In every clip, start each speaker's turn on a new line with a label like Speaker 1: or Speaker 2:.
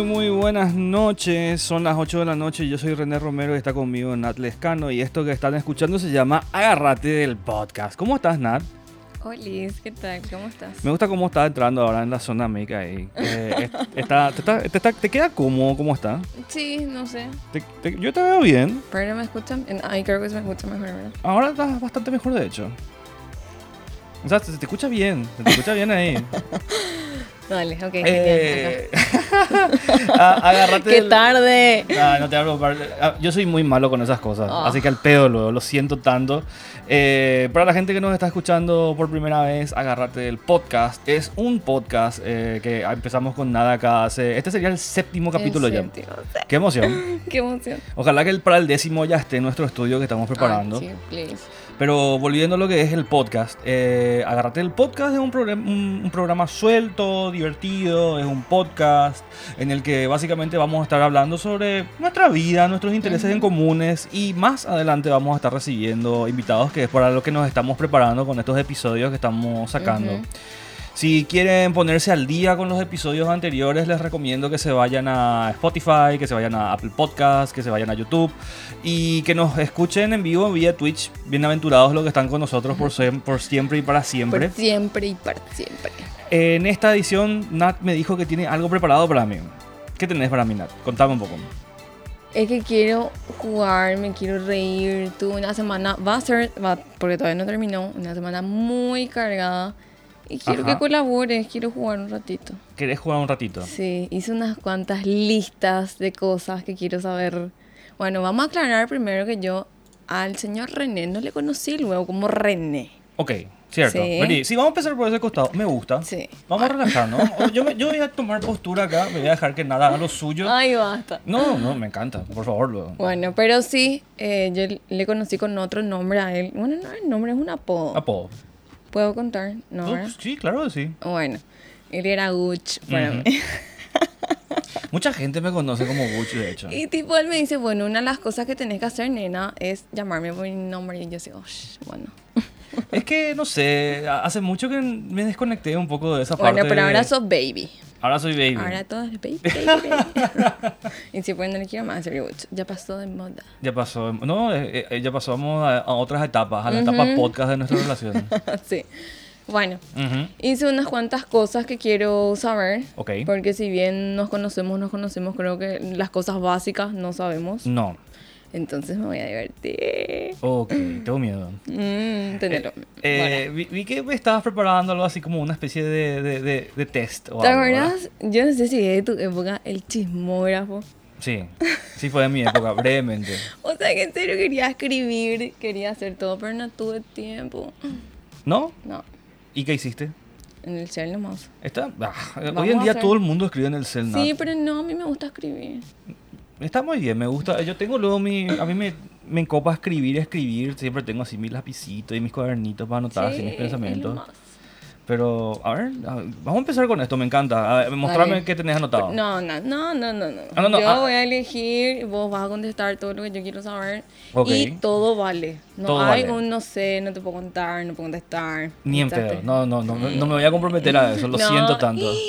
Speaker 1: buenas noches. Son las 8 de la noche. Yo soy René Romero y está conmigo Nat Lescano. Y esto que están escuchando se llama Agárrate del Podcast. ¿Cómo estás, Nat?
Speaker 2: Hola, ¿qué tal? ¿Cómo estás?
Speaker 1: Me gusta cómo está entrando ahora en la zona meca ahí. Eh, es- está- te, está- te está- te queda cómodo? ¿Cómo está?
Speaker 2: Sí, no sé.
Speaker 1: Te- te- yo te veo bien.
Speaker 2: Pero me escuchan. en- Ay, creo que se me escucha mejor, ¿verdad?
Speaker 1: Ahora estás bastante mejor, de hecho. O sea, se te escucha bien. Se te escucha bien ahí.
Speaker 2: Dale, ok. genial,
Speaker 1: Eh, a-
Speaker 2: ajá.
Speaker 1: agárrate
Speaker 2: ¡Qué
Speaker 1: del-
Speaker 2: tarde!
Speaker 1: Ah, no te hablo. par- ah, Yo soy muy malo con esas cosas.
Speaker 2: Ah.
Speaker 1: Así que al pedo luego, lo siento tanto. Eh, para la gente que nos está escuchando por primera vez, agárrate del podcast. Es un podcast eh, que empezamos con nada acá hace. Este sería el séptimo capítulo
Speaker 2: En
Speaker 1: ya.
Speaker 2: serio,
Speaker 1: Qué emoción.
Speaker 2: Qué emoción.
Speaker 1: Ojalá que el, para el décimo ya esté en nuestro estudio que estamos preparando.
Speaker 2: Ay, sí, please.
Speaker 1: Pero volviendo a lo que es el podcast, eh, agárrate el podcast es un, programa- un, un programa suelto, divertido, es un podcast en el que básicamente vamos a estar hablando sobre nuestra vida, nuestros intereses en comunes y más adelante vamos a estar recibiendo invitados que es para lo que nos estamos preparando con estos episodios que estamos sacando.
Speaker 2: Ujú.
Speaker 1: Si quieren ponerse al día con los episodios anteriores, les recomiendo que se vayan a Spotify, que se vayan a Apple Podcasts, que se vayan a YouTube y que nos escuchen en vivo vía Twitch. Bienaventurados los que están con nosotros por, siem- por siempre y para siempre.
Speaker 2: Por siempre y para siempre.
Speaker 1: En esta edición, Nat me dijo que tiene algo preparado para mí. ¿Qué tenés para mí, Nat? Contame un poco.
Speaker 2: Es que quiero jugar, me quiero reír. Tuve una semana, va a ser, va, porque todavía no terminó, una semana muy cargada. Y quiero
Speaker 1: Ajá.
Speaker 2: que colabores, quiero jugar un ratito.
Speaker 1: ¿Querés jugar un ratito?
Speaker 2: Sí, hice unas cuantas listas de cosas que quiero saber. Bueno, vamos a aclarar primero que yo al señor René no le conocí luego como René.
Speaker 1: Ok, cierto.
Speaker 2: Sí.
Speaker 1: Vení, sí, vamos a empezar por ese costado. Me gusta.
Speaker 2: Sí.
Speaker 1: Vamos a relajarnos. Yo, me- yo voy a tomar postura acá, me voy a dejar que nada haga lo suyo.
Speaker 2: Ay, basta.
Speaker 1: No, no, me encanta, por favor. Lo...
Speaker 2: Bueno, pero sí, eh, yo le conocí con otro nombre a él. Bueno, no es nombre, es un apodo.
Speaker 1: Apodo.
Speaker 2: ¿Puedo contar? No,
Speaker 1: Uh,
Speaker 2: ¿verdad?
Speaker 1: sí, claro que sí.
Speaker 2: Bueno, él era Gucci para
Speaker 1: Ujú.
Speaker 2: mí.
Speaker 1: Mucha gente me conoce como Gucci, de hecho.
Speaker 2: Y tipo, él me dice, bueno, una de las cosas que tenés que hacer, nena, es llamarme por mi nombre. Y yo digo, "Ush, bueno.
Speaker 1: Es que, no sé, a- hace mucho que me desconecté un poco de esa parte.
Speaker 2: Bueno, pero ahora
Speaker 1: de-
Speaker 2: sos baby.
Speaker 1: Ahora soy baby.
Speaker 2: Ahora todo es baby, baby, baby. y si pueden, no le quiero más hacer mucho. Ya pasó de moda.
Speaker 1: Ya pasó, no, eh, eh, ya pasamos a, a otras etapas, a la etapa podcast de nuestra relación.
Speaker 2: sí. Bueno,
Speaker 1: Ujú.
Speaker 2: hice unas cuantas cosas que quiero saber.
Speaker 1: Ok.
Speaker 2: Porque si bien nos conocemos, nos conocemos, creo que las cosas básicas no sabemos.
Speaker 1: No.
Speaker 2: Entonces me voy a divertir.
Speaker 1: Ok, tengo miedo.
Speaker 2: Mm, tenerlo.
Speaker 1: Eh, vi, vi que me estabas preparando algo así como una especie de, de, de- de test. O
Speaker 2: ¿Te
Speaker 1: algo, ¿verdad?
Speaker 2: acuerdas? Yo no sé si es de tu época el chismógrafo.
Speaker 1: Sí, sí fue de mi época, brevemente.
Speaker 2: O sea que en serio quería escribir, quería hacer todo, pero no tuve tiempo.
Speaker 1: ¿No?
Speaker 2: No,
Speaker 1: ¿Y qué hiciste?
Speaker 2: en el cel nomás.
Speaker 1: Está, ah,
Speaker 2: Vamos
Speaker 1: hoy en
Speaker 2: a
Speaker 1: día
Speaker 2: hacer-
Speaker 1: todo el mundo escribe en el cel. Nat.
Speaker 2: Sí, pero no, a mí me gusta escribir.
Speaker 1: Está muy bien, me gusta. Yo tengo luego mi... A mí me, me encopa escribir, escribir. Siempre tengo así mis lapicitos y mis cuadernitos para anotar así
Speaker 2: Sí,
Speaker 1: mis
Speaker 2: es
Speaker 1: pensamientos.
Speaker 2: lo más.
Speaker 1: Pero, a ver, a ver, vamos a empezar con esto, me encanta. A ver, mostrame
Speaker 2: Dale.
Speaker 1: qué tenés anotado.
Speaker 2: No, no, no, no, no. no.
Speaker 1: Ah, no, no,
Speaker 2: yo
Speaker 1: ah.
Speaker 2: voy a elegir, vos vas a contestar todo lo que yo quiero saber.
Speaker 1: Ok.
Speaker 2: Y todo vale. No
Speaker 1: Todo
Speaker 2: hay
Speaker 1: vale.
Speaker 2: un no sé, no te puedo contar, no puedo contestar.
Speaker 1: Ni en
Speaker 2: Exacto.
Speaker 1: pedo. No, no, no, me- no me voy a comprometer a eso, lo
Speaker 2: No.
Speaker 1: siento tanto.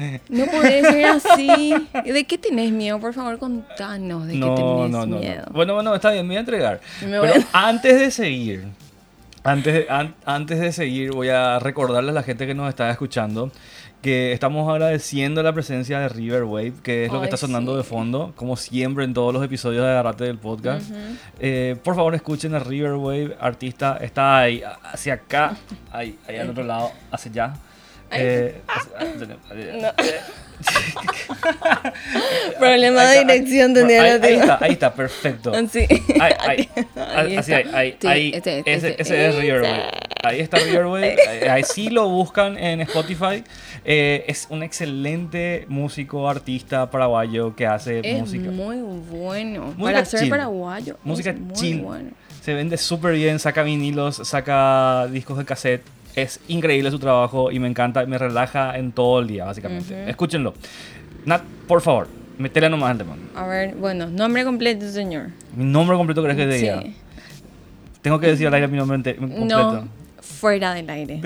Speaker 2: No podés ser así. ¿De qué tenés miedo? Por favor, contanos de qué
Speaker 1: No,
Speaker 2: tenés
Speaker 1: no, no, no.
Speaker 2: miedo.
Speaker 1: Bueno, bueno, está bien, me voy a entregar.
Speaker 2: Me
Speaker 1: Pero
Speaker 2: voy
Speaker 1: antes de seguir, antes de, an- antes de seguir, voy a recordarle a la gente que nos está escuchando que estamos agradeciendo la presencia de River Wave, que es lo que
Speaker 2: Ay,
Speaker 1: está sonando
Speaker 2: sí.
Speaker 1: de fondo, como siempre en todos los episodios de Agarrate del podcast. Eh, por favor, escuchen a River Wave, artista, está ahí, a- hacia acá, ahí, ahí al otro lado, hacia allá. Eh, hacia-
Speaker 2: Problema de
Speaker 1: Ahí está, ahí-
Speaker 2: dirección
Speaker 1: bueno,
Speaker 2: tenía
Speaker 1: ahí,
Speaker 2: la
Speaker 1: ahí
Speaker 2: tía.
Speaker 1: está, ahí está, perfecto.
Speaker 2: Sí.
Speaker 1: Ahí, ahí,
Speaker 2: Ahí
Speaker 1: ahí, así, ahí,
Speaker 2: está.
Speaker 1: ahí,
Speaker 2: Sí, este,
Speaker 1: ahí,
Speaker 2: ese es,
Speaker 1: ese,
Speaker 2: ese
Speaker 1: ese es
Speaker 2: es.
Speaker 1: Riverway. Ahí está Riverway. Ahí, ahí sí lo buscan en Spotify. Eh, es un excelente músico, artista paraguayo que hace
Speaker 2: Es
Speaker 1: música.
Speaker 2: muy bueno.
Speaker 1: Música
Speaker 2: Para ser
Speaker 1: chill.
Speaker 2: paraguayo. es
Speaker 1: música
Speaker 2: muy
Speaker 1: chill.
Speaker 2: bueno.
Speaker 1: Se vende súper bien, saca vinilos, saca discos de cassette. Es increíble su trabajo y me encanta, me relaja en todo el día, básicamente. Escúchenlo. Nat, por favor, metela nomás al tema.
Speaker 2: A ver, bueno, nombre completo, señor.
Speaker 1: Mi nombre completo crees que te diga.
Speaker 2: Sí.
Speaker 1: Tengo que decir al aire mi nombre ente- completo.
Speaker 2: No, fuera del aire.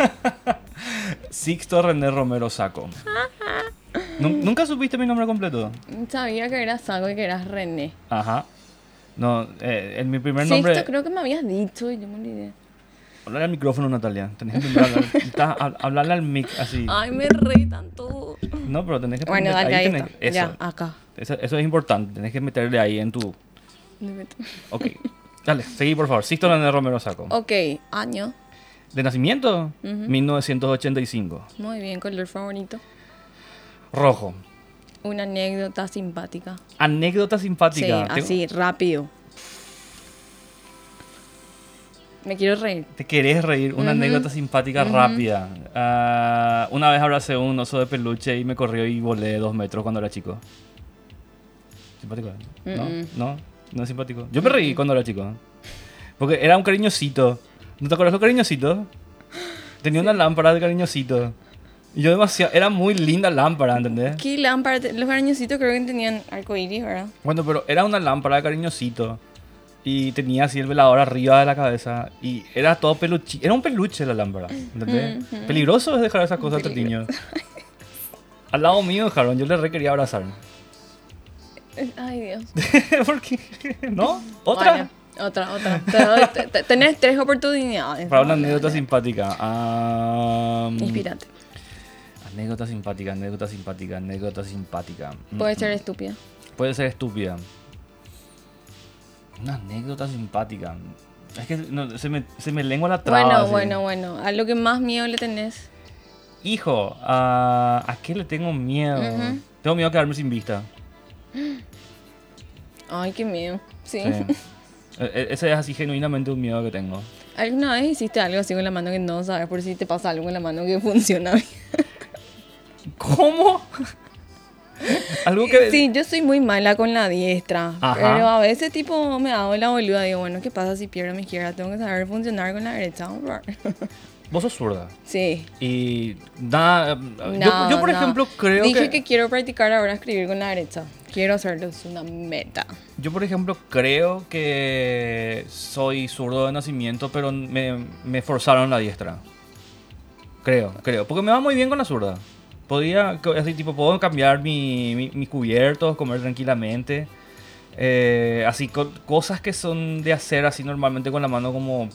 Speaker 1: Sixto René Romero Saco. Nun- Nunca supiste mi nombre completo.
Speaker 2: Sabía que eras algo y que eras René.
Speaker 1: Ajá. No, eh, en mi primer
Speaker 2: Sexto
Speaker 1: nombre.
Speaker 2: creo que me habías dicho y yo me olvidé.
Speaker 1: Hablar al micrófono, Natalia. Tenés que aprender a hablar- estás a- hablarle al mic así.
Speaker 2: Ay, me reí tanto.
Speaker 1: No, pero tenés que
Speaker 2: Ah. Bueno,
Speaker 1: aprender-
Speaker 2: dale, ahí,
Speaker 1: tenés-
Speaker 2: está.
Speaker 1: eso,
Speaker 2: Ya, acá.
Speaker 1: eso. eso es importante. Tenés que meterle ahí en tu.
Speaker 2: Me meto.
Speaker 1: Ok. Dale, seguí, por favor. Sixto Leonel Romero Saco.
Speaker 2: Ok, año.
Speaker 1: De nacimiento, 1985.
Speaker 2: Muy bien, color favorito.
Speaker 1: Rojo.
Speaker 2: Una anécdota simpática.
Speaker 1: Anécdota
Speaker 2: Sí,
Speaker 1: simpática. Tengo-
Speaker 2: así, rápido. Me quiero reír.
Speaker 1: Te querés reír, una anécdota simpática rápida. Ah, una vez abracé un oso de peluche y me corrió y volé dos metros cuando era chico. ¿Simpático? ¿No? ¿No? ¿No es simpático? Yo me reí cuando era chico. Porque era un cariñosito. ¿No te acuerdas los cariñositos? Tenía una lámpara de cariñosito. Y yo demasiado... Era muy linda lámpara, ¿entendés?
Speaker 2: Aquí lámpara, te- los arañositos creo que tenían arcoíris, ¿verdad?
Speaker 1: Bueno, pero era una lámpara de cariñosito. Y tenía así el velador arriba de la cabeza. Y era todo peluche. Era un peluche la lámpara. ¿Entendés? Peligroso es dejar esas cosas a tu niño. Al lado mío dejaron. Yo le re quería abrazar.
Speaker 2: Eh, Ay, Dios.
Speaker 1: Porque. ¿No? ¿Otra?
Speaker 2: Bueno, otra, otra. Te doy- te- te- tenés tres oportunidades.
Speaker 1: Para una
Speaker 2: Dale,
Speaker 1: anécdota
Speaker 2: dale.
Speaker 1: simpática. Ah, mm,
Speaker 2: Inspírate.
Speaker 1: Anécdota simpática, anécdota simpática, anécdota simpática. Mm,
Speaker 2: Puede ser estúpida.
Speaker 1: Puede ser estúpida. Una anécdota simpática. Es que no, se, me, se me lengua la traba.
Speaker 2: Bueno,
Speaker 1: así.
Speaker 2: bueno, bueno. A lo que más miedo le tenés.
Speaker 1: Hijo, ¿a, ¿a qué le tengo miedo? Tengo miedo a quedarme sin vista.
Speaker 2: Ay, qué miedo. Sí.
Speaker 1: Sí. E- e- Ese es así genuinamente un miedo que tengo.
Speaker 2: ¿Alguna vez hiciste algo así con la mano que no sabes por si te pasa algo con la mano que funciona bien?
Speaker 1: ¿Cómo? Algo que...
Speaker 2: Sí, yo soy muy mala con la diestra.
Speaker 1: Ajá.
Speaker 2: Pero a veces, tipo, me hago la boluda. Digo, bueno, ¿qué pasa si pierdo mi izquierda? Tengo que saber funcionar con la derecha.
Speaker 1: Vos sos zurda.
Speaker 2: Sí.
Speaker 1: Y nada... yo,
Speaker 2: No,
Speaker 1: yo, por
Speaker 2: no.
Speaker 1: ejemplo, creo
Speaker 2: Dije
Speaker 1: que...
Speaker 2: que quiero practicar ahora escribir con la derecha. Quiero hacerlo, es una meta.
Speaker 1: Yo, por ejemplo, creo que soy zurdo de nacimiento, pero me, me forzaron la diestra. Creo, creo. Porque me va muy bien con la zurda. Podía, co- así tipo, puedo cambiar mi- mi- mis cubiertos, comer tranquilamente. Eh, así, co- cosas que son de hacer así normalmente con la mano, como,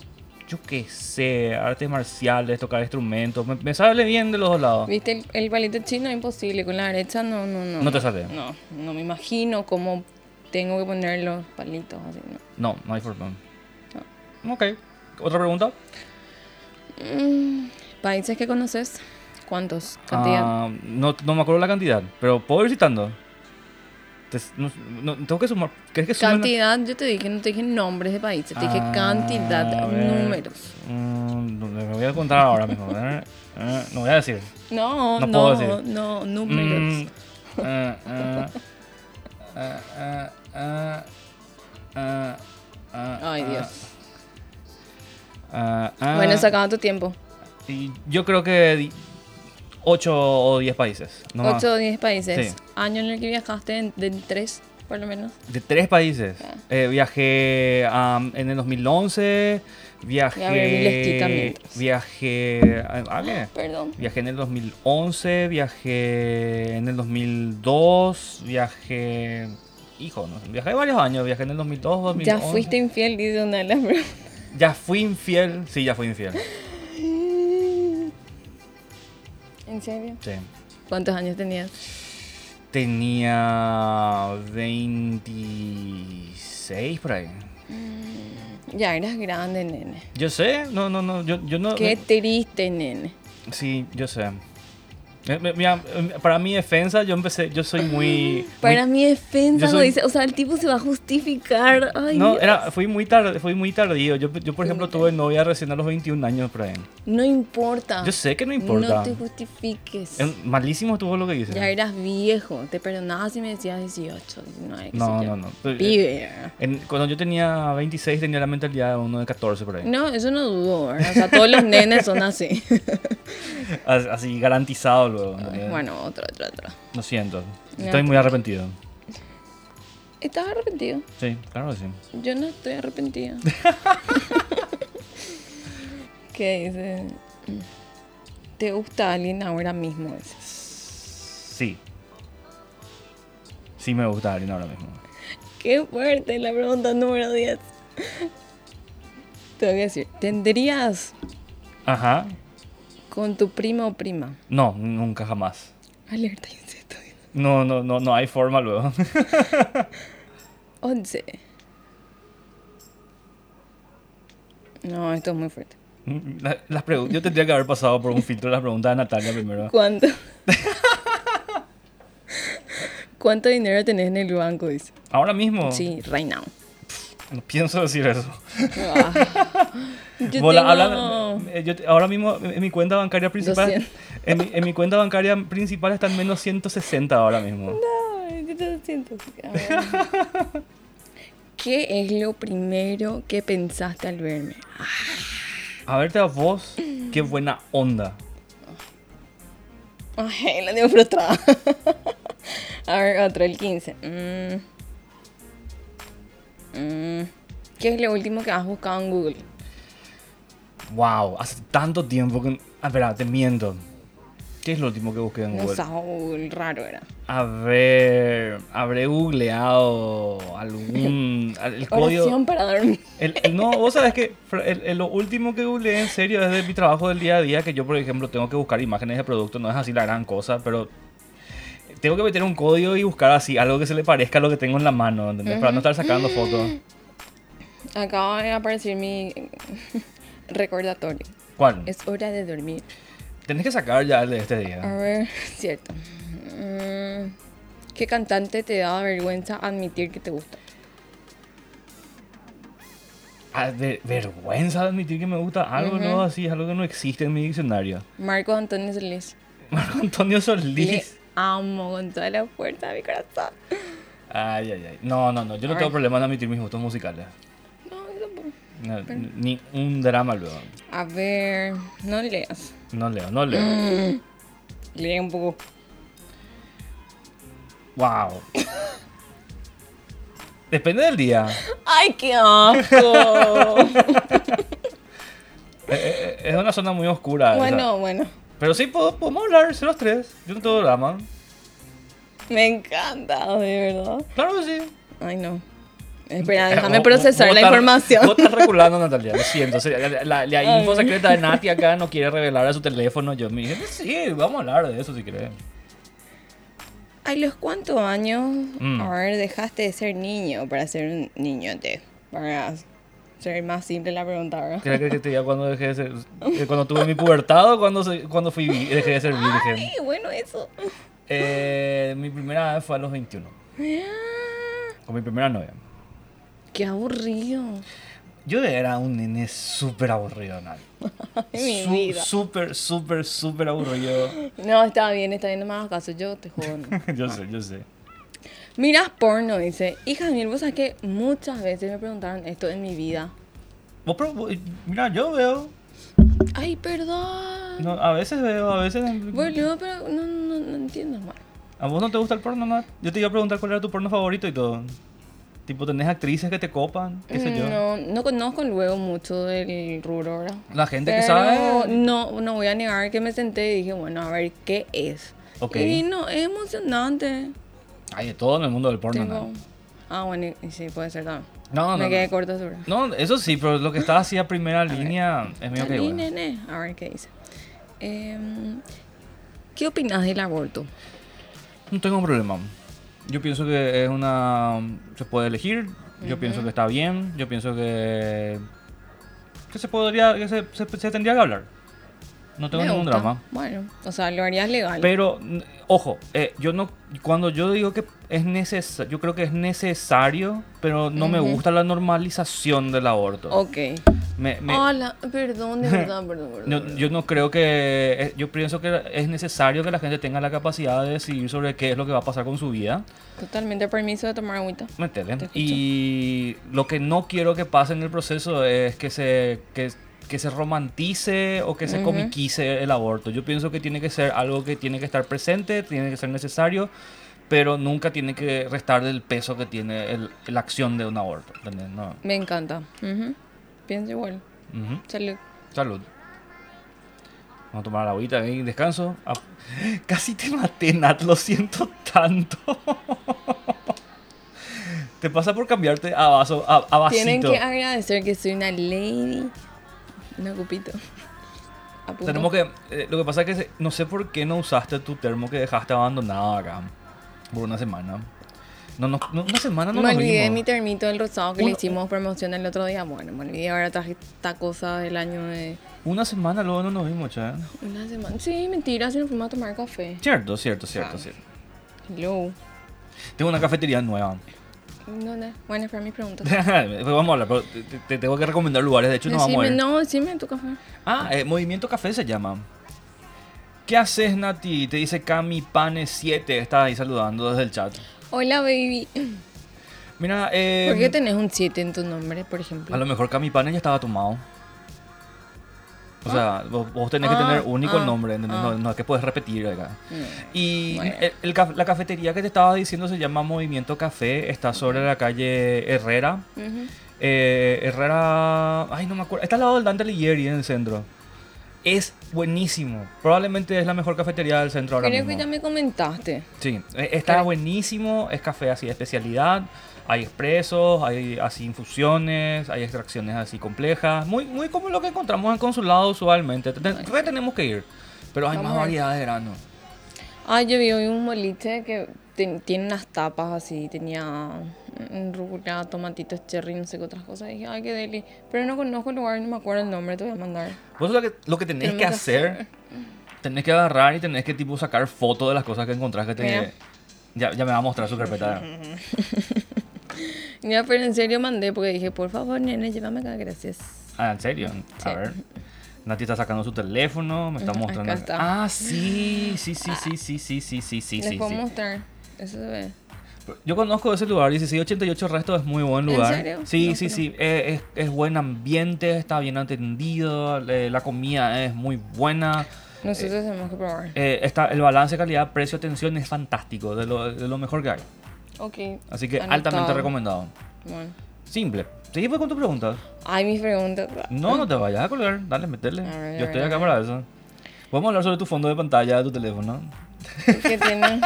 Speaker 1: yo qué sé, artes marciales, tocar instrumentos. Me, me sale bien de los dos lados.
Speaker 2: ¿Viste? El, el palito chino es imposible. Con la derecha, no, no, no.
Speaker 1: No te sale.
Speaker 2: No, no me imagino cómo tengo que poner los palitos. Así, no.
Speaker 1: No, no hay forma. Ok. ¿Otra pregunta?
Speaker 2: Mm, Países que conoces, ¿cuántos? Cantidad.
Speaker 1: Ah, no, no me acuerdo la cantidad, pero puedo ir citando. Te- no- no- tengo que sumar. ¿Crees que sume una-
Speaker 2: cantidad, yo te dije, no te dije nombres de países, te dije
Speaker 1: Ah, a
Speaker 2: cantidad,
Speaker 1: ver.
Speaker 2: números.
Speaker 1: Mm, no, me voy a contar ahora mismo. ¿eh? Eh, no voy a decir.
Speaker 2: No,
Speaker 1: No
Speaker 2: no,
Speaker 1: puedo
Speaker 2: no,
Speaker 1: decir.
Speaker 2: números.
Speaker 1: Mm, eh, eh, eh, eh, eh, eh, eh,
Speaker 2: Ay,
Speaker 1: eh,
Speaker 2: Dios.
Speaker 1: eh, eh.
Speaker 2: Bueno, se acaba tu tiempo.
Speaker 1: Y Yo creo que 8 o 10 países. no más.
Speaker 2: 8 o 10 países.
Speaker 1: Sí.
Speaker 2: Año en el que viajaste, en- de 3, por lo menos.
Speaker 1: De tres países.
Speaker 2: Ah.
Speaker 1: Eh, viajé am, en el 2011, viajé...
Speaker 2: Ya abrí mi listita mientras.
Speaker 1: Viajé... ¿a- a qué?
Speaker 2: Perdón.
Speaker 1: Viajé en el 2011, viajé en el 2002, viajé... Hijo, no sé, viajé varios años, viajé en el 2002, 2011.
Speaker 2: Ya fuiste infiel, dice una de las preguntas.
Speaker 1: Ya fui infiel, sí, ya fui infiel.
Speaker 2: ¿En serio?
Speaker 1: Sí.
Speaker 2: ¿Cuántos años tenías?
Speaker 1: Tenía 26 por ahí.
Speaker 2: Ya eras grande, nene.
Speaker 1: Yo sé, no, no, no, yo, yo no...
Speaker 2: Qué triste, nene.
Speaker 1: Sí, yo sé. Eh, Me- me- mira, para mi defensa, yo empecé, yo soy muy...
Speaker 2: Para
Speaker 1: muy-
Speaker 2: mi defensa
Speaker 1: yo
Speaker 2: lo
Speaker 1: soy-
Speaker 2: dice, o sea, el tipo se va a justificar. Ay,
Speaker 1: no,
Speaker 2: Dios.
Speaker 1: era, fui muy tarde, fui muy tardío. Yo, yo, por ejemplo, tuve novia recién a los 21 años, por ahí.
Speaker 2: No importa.
Speaker 1: Yo sé que no importa.
Speaker 2: Ah. No te justifiques.
Speaker 1: Eh, Malísimo estuvo lo que hice.
Speaker 2: Ya eras viejo, te perdonabas si me decías 18, 19, qué
Speaker 1: No,
Speaker 2: sé yo.
Speaker 1: no, no. Pero, eh,
Speaker 2: Pibe.
Speaker 1: en- cuando yo tenía 26 tenía la mentalidad de uno de 14 por ahí.
Speaker 2: No, eso no dudo, ¿verdad? O sea, todos los nenes son así.
Speaker 1: As- Así garantizado luego. ¿entendés?
Speaker 2: Mm. bueno, otro, otro, otro.
Speaker 1: Lo siento.
Speaker 2: Ya,
Speaker 1: Estoy muy arrepentido.
Speaker 2: ¿Estás arrepentido?
Speaker 1: Sí, claro que sí.
Speaker 2: Yo no estoy arrepentida. ¿Qué dice? ¿Te gusta alguien ahora mismo? Dice.
Speaker 1: Sí. Sí me gusta Darín ahora mismo.
Speaker 2: Qué fuerte la pregunta número 10. Tengo que decir, ¿tendrías
Speaker 1: Ajá.
Speaker 2: con tu primo o prima?
Speaker 1: No, nunca jamás.
Speaker 2: Alerta insecto.
Speaker 1: No, no, no, no hay forma luego.
Speaker 2: 11. No, esto es muy fuerte.
Speaker 1: La- Las pregun- Yo tendría que haber pasado por un filtro de las preguntas de Natalia primero.
Speaker 2: ¿Cuánto? ¿Cuánto dinero tenés en el banco? Dice.
Speaker 1: Ahora mismo
Speaker 2: Sí, right now.
Speaker 1: no pienso decir eso.
Speaker 2: Ah. Yo
Speaker 1: Bola,
Speaker 2: tengo-
Speaker 1: habla- eh, yo te- ahora mismo en mi cuenta bancaria principal
Speaker 2: 200.
Speaker 1: en mi, en mi cuenta bancaria principal están menos 160 ahora mismo.
Speaker 2: No, yo te siento. Ah. ¿Qué es lo primero que pensaste al verme?
Speaker 1: A verte a vos, qué buena onda.
Speaker 2: Ay, la tengo frustrada. A ver, otro, el 15. Mm. Mm. ¿Qué es lo último que has buscado en Google?
Speaker 1: Wow, hace tanto tiempo que ah, espera, te miento. ¿Qué es lo último que busqué en
Speaker 2: No
Speaker 1: Google?
Speaker 2: sabes, Google, raro era.
Speaker 1: A ver, habré googleado algún el código
Speaker 2: Oración para dormir.
Speaker 1: El- el- no, vos sabés que Fra- el- el- lo último que googleé en serio es de mi trabajo del día a día, que yo, por ejemplo, tengo que buscar imágenes de producto, no es así la gran cosa, pero tengo que meter un código y buscar así algo que se le parezca a lo que tengo en la mano, ¿entendés? Para no estar sacando fotos.
Speaker 2: Acaba de aparecer mi recordatorio.
Speaker 1: ¿Cuál?
Speaker 2: Es Ah. hora de dormir.
Speaker 1: Tenés que sacar ya el de este
Speaker 2: A
Speaker 1: día.
Speaker 2: ver, cierto. Mm, ¿Qué cantante te da vergüenza admitir que te gusta?
Speaker 1: Ah, ver- vergüenza de admitir que me gusta algo no así, es algo que no existe en mi diccionario.
Speaker 2: Marco Antonio Solís.
Speaker 1: Marco Antonio
Speaker 2: Le
Speaker 1: Solís.
Speaker 2: amo con toda la fuerza de mi corazón.
Speaker 1: Ay, ay, ay. No, no, no, yo no
Speaker 2: Ay.
Speaker 1: tengo problema en admitir mis gustos musicales.
Speaker 2: No, yo tampoco.
Speaker 1: No, ni un drama luego.
Speaker 2: A ver, no leas.
Speaker 1: No leo, no leo.
Speaker 2: Mm. Lee un poco.
Speaker 1: Wow. Depende del día.
Speaker 2: ¡Ay, qué asco!
Speaker 1: Eh, eh, Es una zona muy oscura. esa.
Speaker 2: bueno, bueno.
Speaker 1: Pero sí puedo- podemos hablar, ser los tres. Yo no tengo drama.
Speaker 2: Me encanta, de verdad.
Speaker 1: Claro que sí.
Speaker 2: Ay, no. Espera,
Speaker 1: Eh,
Speaker 2: déjame
Speaker 1: vos-
Speaker 2: procesar
Speaker 1: vos-
Speaker 2: la
Speaker 1: vos estás-
Speaker 2: información.
Speaker 1: Vos estás reculando, Natalia. Lo siento. Sí, La, la- la
Speaker 2: Ay.
Speaker 1: info secreta de Nati acá no quiere revelar a su teléfono. Yo me dije, sí, vamos a hablar de eso si querés.
Speaker 2: ¿A los cuántos años,
Speaker 1: Mm.
Speaker 2: a ver, dejaste de ser niño para ser un niñote? Para ser más simple la pregunta, ¿verdad?
Speaker 1: ¿Querés que te diga cuando dejé de ser. eh, cuando tuve mi pubertad o cuando, se- cuando fui, vi- dejé de ser virgen?
Speaker 2: Ay, bueno, eso.
Speaker 1: Eh, mi primera vez fue a los 21. Con mi primera novia.
Speaker 2: Qué aburrido.
Speaker 1: Yo era un nene súper aburrido, Nat.
Speaker 2: Mi
Speaker 1: Su-
Speaker 2: vida.
Speaker 1: Súper, súper, súper aburrido.
Speaker 2: No, está bien, está bien, no me hagas caso, yo te jodo. no.
Speaker 1: yo sé, yo sé.
Speaker 2: Miras porno, dice. Hija mía, vos sabés que muchas veces me preguntaron esto en mi vida.
Speaker 1: Vos, pro- vos- mira, yo veo.
Speaker 2: Ay, perdón.
Speaker 1: no, a veces veo, a veces.
Speaker 2: Boludo, pero no, no, no entiendo, mal.
Speaker 1: ¿A vos no te gusta el porno, Nat? Yo te iba a preguntar cuál era tu porno favorito y todo. Tipo, tenés actrices que te copan, qué sé yo.
Speaker 2: No, no conozco luego mucho del rubro, ¿verdad?
Speaker 1: La gente que
Speaker 2: Pero
Speaker 1: sabe.
Speaker 2: No, no voy a negar que me senté y dije, bueno, a ver qué es.
Speaker 1: Ok.
Speaker 2: Y no, es emocionante.
Speaker 1: Hay de todo en el mundo del porno,
Speaker 2: Tengo-
Speaker 1: Nat.
Speaker 2: Ah, bueno, y- y sí, puede ser también.
Speaker 1: No, no,
Speaker 2: me
Speaker 1: no.
Speaker 2: quedé corta sobre.
Speaker 1: No, eso sí, pero lo que está así a primera línea es medio que
Speaker 2: Salí,
Speaker 1: bueno.
Speaker 2: nene. A ver qué dice. Em, ¿Qué opinas del aborto?
Speaker 1: No tengo problema. Yo pienso que es una. Se puede elegir. Yo pienso que está bien. Yo pienso que. Que se podría. Que se, se- se tendría que hablar. No tengo
Speaker 2: Me
Speaker 1: ningún
Speaker 2: gusta.
Speaker 1: drama.
Speaker 2: Bueno, o sea, lo harías legal.
Speaker 1: Pero, n- ojo, eh, yo no. Cuando yo digo que es necesario. Yo creo que es necesario, pero no me gusta la normalización del aborto.
Speaker 2: ok.
Speaker 1: Me- me-
Speaker 2: Hola, perdón, de verdad, perdón, perdón.
Speaker 1: no, yo no creo que. eh, Yo pienso que es necesario que la gente tenga la capacidad de decidir sobre qué es lo que va a pasar con su vida.
Speaker 2: Totalmente permiso de tomar agüita.
Speaker 1: Métele.
Speaker 2: Te escucho.
Speaker 1: Y lo que no quiero que pase en el proceso es que se, que, que se romantice o que se comiquice el aborto. Yo pienso que tiene que ser algo que tiene que estar presente, tiene que ser necesario, pero nunca tiene que restar del peso que tiene el- la acción de un aborto. ¿entendés? No.
Speaker 2: Me encanta. Ujú. Pienso igual.
Speaker 1: Ujú.
Speaker 2: Salud.
Speaker 1: Salud. Vamos a tomar la agüita ahí, descanso. Ah, Casi te maté, Nat, lo siento tanto. Te pasa por cambiarte a vaso, a, a vasito.
Speaker 2: Tienen que agradecer que soy una lady. Una cupito. A punto.
Speaker 1: Tenemos que. eh, lo que pasa es que se- no sé por qué no usaste tu termo que dejaste abandonado acá por una semana. No, no, no, una semana no
Speaker 2: me
Speaker 1: nos
Speaker 2: olvidé de
Speaker 1: vimos.
Speaker 2: mi termito del rosado que
Speaker 1: Un-
Speaker 2: le hicimos promoción el otro día. Bueno, me olvidé. Ahora traje esta cosa del año de.
Speaker 1: Una semana luego no nos vimos, che.
Speaker 2: Una semana. Sí, mentira, si nos fuimos a tomar café.
Speaker 1: Cierto, cierto, cierto,
Speaker 2: Ah.
Speaker 1: cierto.
Speaker 2: Hello.
Speaker 1: Tengo una cafetería nueva.
Speaker 2: ¿Dónde? Bueno, espera mis preguntas.
Speaker 1: Después vamos a hablar, pero te, te- te tengo que recomendar lugares. De hecho, no vamos a
Speaker 2: Decime,
Speaker 1: ir.
Speaker 2: no, decime tu café.
Speaker 1: Ah, eh, Movimiento Café se llama. ¿Qué haces, Nati? Te dice Cami Pane 7. Estás ahí saludando desde el chat.
Speaker 2: Hola, baby.
Speaker 1: Em. Mira, eh,
Speaker 2: ¿Por qué tenés un 7 en tu nombre, por ejemplo?
Speaker 1: a lo mejor Cami Pane ya estaba tomado. O sea, vos, vos tenés que
Speaker 2: Ah,
Speaker 1: tener único
Speaker 2: ah,
Speaker 1: el nombre, ¿entendés? No,
Speaker 2: ah.
Speaker 1: no es que puedes repetir acá.
Speaker 2: Mm.
Speaker 1: Y
Speaker 2: Bueno.
Speaker 1: el- el caf- la cafetería que te estaba diciendo se llama Movimiento Café, está sobre la calle Herrera.
Speaker 2: Ujú.
Speaker 1: Eh, Herrera. Ay, no me acuerdo. Está al lado del Dante Alighieri en el centro. Es buenísimo. Probablemente es la mejor cafetería del centro ahora
Speaker 2: Creo que
Speaker 1: mismo.
Speaker 2: ya me comentaste.
Speaker 1: Sí, eh, está
Speaker 2: Creo-
Speaker 1: buenísimo. Es café así de especialidad. Hay expresos, hay así infusiones, hay extracciones así complejas. Muy, muy como lo que encontramos en consulado usualmente. Te- te- re tenemos que ir. Pero hay
Speaker 2: Vamos
Speaker 1: más
Speaker 2: a ver.
Speaker 1: variedad de grano.
Speaker 2: Ah, yo vi hoy un boliche que ten- tiene unas tapas así, tenía mm, rúcula, tomatitos cherry, no sé qué otras cosas. Y dije, ay, qué deli. Pero no conozco el lugar, no me acuerdo el nombre, te voy a mandar.
Speaker 1: Vos lo que, lo que tenés
Speaker 2: Tenemos
Speaker 1: que
Speaker 2: que
Speaker 1: hacer, tenés que agarrar y tenés que tipo sacar fotos de las cosas que encontrás que te...
Speaker 2: Mira.
Speaker 1: Ya, ya me va a mostrar su carpeta.
Speaker 2: Ya, pero en serio mandé porque dije, por favor, nene, llévame acá, gracias.
Speaker 1: Ah, ¿en serio? A
Speaker 2: Sí.
Speaker 1: ver. Nati está sacando su teléfono, me está
Speaker 2: Ujú,
Speaker 1: mostrando.
Speaker 2: acá está.
Speaker 1: Ah, sí, sí, sí, sí, sí, sí, sí, sí, sí,
Speaker 2: Les
Speaker 1: sí.
Speaker 2: puedo
Speaker 1: sí.
Speaker 2: mostrar. Eso se ve.
Speaker 1: Yo conozco ese lugar, 1688 Resto es muy buen
Speaker 2: ¿En
Speaker 1: lugar.
Speaker 2: serio?
Speaker 1: Sí,
Speaker 2: No,
Speaker 1: sí,
Speaker 2: pero-
Speaker 1: sí. Eh, es, es buen ambiente, está bien atendido, eh, la comida es muy buena.
Speaker 2: Nosotros tenemos que probar.
Speaker 1: Eh, está, el balance calidad-precio-atención es fantástico, de lo, de lo mejor que hay.
Speaker 2: Ok.
Speaker 1: Así que
Speaker 2: Anotado.
Speaker 1: altamente recomendado.
Speaker 2: Bueno.
Speaker 1: Simple. Sigue pues con tus preguntas.
Speaker 2: Ay, mis preguntas.
Speaker 1: No, no te vayas a colgar. Dale, metele.
Speaker 2: A ver,
Speaker 1: Yo
Speaker 2: a
Speaker 1: estoy
Speaker 2: ver,
Speaker 1: acá
Speaker 2: a
Speaker 1: para eso. Vamos a hablar sobre tu fondo de pantalla de tu teléfono.
Speaker 2: ¿Qué tienen?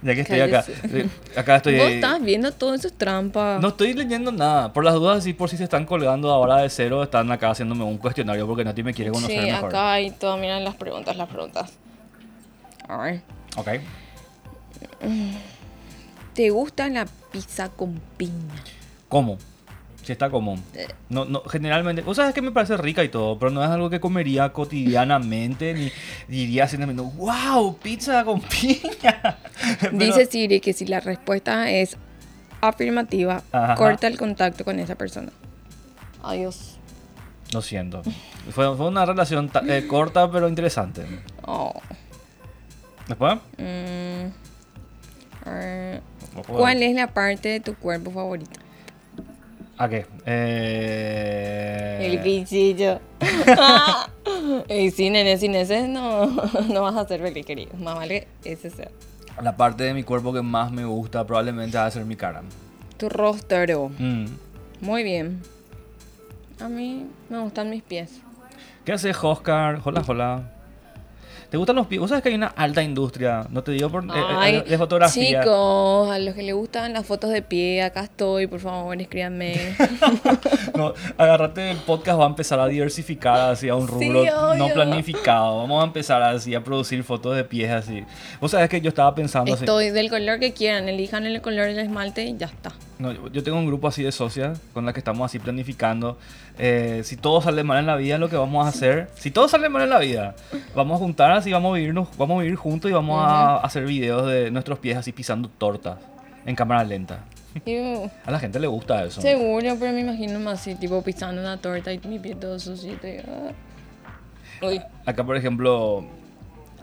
Speaker 1: Ya que estoy acá.
Speaker 2: Cállese.
Speaker 1: Eh, Acá estoy.
Speaker 2: Vos estás viendo todo eso es trampa.
Speaker 1: No estoy leyendo nada. Por las dudas, así por si se están colgando ahora de cero, están acá haciéndome un cuestionario porque Nati me quiere conocer
Speaker 2: sí,
Speaker 1: mejor.
Speaker 2: acá hay todo. Miren las preguntas, las preguntas. A ver.
Speaker 1: Ok.
Speaker 2: ¿Te gusta la pizza con piña?
Speaker 1: ¿Cómo? Si está común.
Speaker 2: Eh.
Speaker 1: No, no, generalmente. O sea, es que me parece rica y todo, pero no es algo que comería cotidianamente ni diría haciéndome, wow, pizza con piña. Pero-
Speaker 2: Dice Siri que si la respuesta es afirmativa,
Speaker 1: Ajá.
Speaker 2: corta el contacto con esa persona. Adiós.
Speaker 1: Lo siento. Fue, fue una relación ta- eh, corta pero interesante.
Speaker 2: Oh.
Speaker 1: ¿Después?
Speaker 2: Mm. Ah, ¿Cuál es la parte de tu cuerpo favorita?
Speaker 1: ¿A qué? Eh,
Speaker 2: El pichillo. y sin, ese- sin ese no, no vas a ser feliz, querido. Más vale ese sea.
Speaker 1: La parte de mi cuerpo que más me gusta probablemente va a ser mi cara.
Speaker 2: Tu rostro.
Speaker 1: Mm.
Speaker 2: Muy bien. A mí me gustan mis pies.
Speaker 1: ¿Qué haces, Oscar? Hola, hola. ¿Te gustan los pies? ¿Vos sabes que hay una alta industria? No te digo por, eh, eh,
Speaker 2: Ay,
Speaker 1: de fotografía.
Speaker 2: Chicos, a los que les gustan las fotos de pie, acá estoy, por favor, escríbanme.
Speaker 1: No, agárrate, el podcast va a empezar a diversificar hacia un rubro no
Speaker 2: obvio.
Speaker 1: planificado. Vamos a empezar así a producir fotos de pies así. Vos sabés que yo estaba pensando así.
Speaker 2: estoy del color que quieran, elijan el color del esmalte y ya está.
Speaker 1: No, yo- yo tengo un grupo así de socias con las que estamos así planificando. eh, si todo sale mal en la vida, lo que vamos a hacer. Si todo sale mal en la vida, vamos a juntar así, vamos a vivirnos, vamos a vivir juntos y vamos a hacer videos de nuestros pies así pisando tortas en cámara lenta.
Speaker 2: Iu,
Speaker 1: A la gente le gusta eso.
Speaker 2: seguro, pero me imagino más así, tipo pisando una torta y mi pie todo sucio. y te- ah.
Speaker 1: Ah.
Speaker 2: Uy,
Speaker 1: Acá, por ejemplo,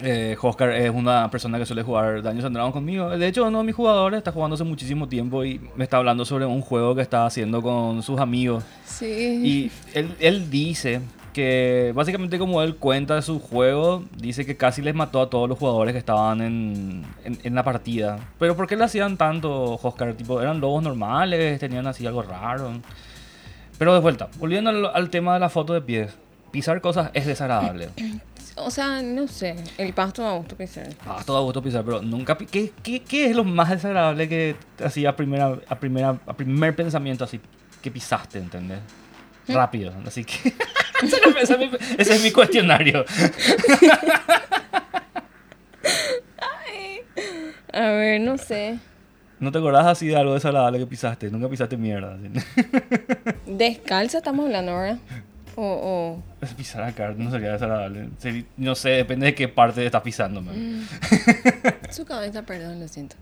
Speaker 1: eh, Oscar es una persona que suele jugar Daños and Dragons conmigo. De hecho, uno de mis jugadores está jugando hace muchísimo tiempo y me está hablando sobre un juego que está haciendo con sus amigos.
Speaker 2: sí.
Speaker 1: Y él, él dice que básicamente como él cuenta de su juego, dice que casi les mató a todos los jugadores que estaban en, en, en la partida. Pero ¿por qué le hacían tanto, Oscar? Tipo, ¿Eran lobos normales? ¿Tenían así algo raro? Pero de vuelta, volviendo al, al tema de la foto de pies. Pisar cosas es desagradable.
Speaker 2: O sea, no sé. El pasto a gusto que sea.
Speaker 1: Ah, todo a gusto pisar, pero nunca... pi- ¿Qué, qué, qué es lo más desagradable que así a, primera, a, primera, a primer pensamiento así que pisaste, ¿entendés? Rápido, así que... ese, no es mi- ese es mi cuestionario.
Speaker 2: A ver, no sé.
Speaker 1: ¿No te acordás así de algo desagradable que pisaste? Nunca pisaste mierda. así.
Speaker 2: Descalza estamos hablando ahora. O,
Speaker 1: Es Pisar a carne no sería desagradable. Seri- No sé, depende de qué parte estás pisando. man.
Speaker 2: o. Su cabeza, perdón, lo siento.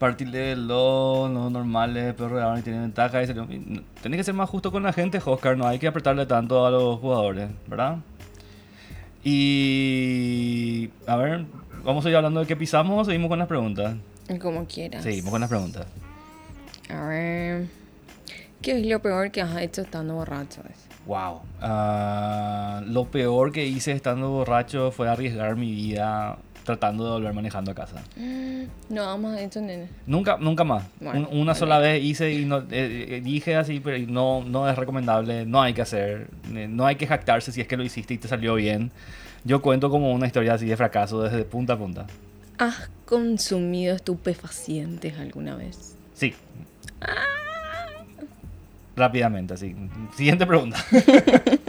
Speaker 1: Partirle de los los normales, pero ahora tienen ventaja. y se lo- y- Tenés que ser más justo con la gente, Oscar. No hay que apretarle tanto a los jugadores, ¿verdad? Y. A ver, ¿vamos a ir hablando de qué pisamos o seguimos con las preguntas?
Speaker 2: Y Como quieras.
Speaker 1: Seguimos con las preguntas.
Speaker 2: A ver. ¿Qué es lo peor que has hecho estando borracho?
Speaker 1: Wow. Ah, lo peor que hice estando borracho fue arriesgar mi vida tratando de volver manejando a casa.
Speaker 2: Mm, No, vamos a hecho, nene.
Speaker 1: Nunca, nunca más.
Speaker 2: Bueno,
Speaker 1: Un- una sola vez hice y no, eh, eh, dije así, pero y no, no es recomendable, no hay que hacer, eh, no hay que jactarse si es que lo hiciste y te salió bien. Yo cuento como una historia así de fracaso desde punta a punta.
Speaker 2: ¿Has consumido estupefacientes alguna vez?
Speaker 1: Sí. Rápidamente, así. Siguiente pregunta.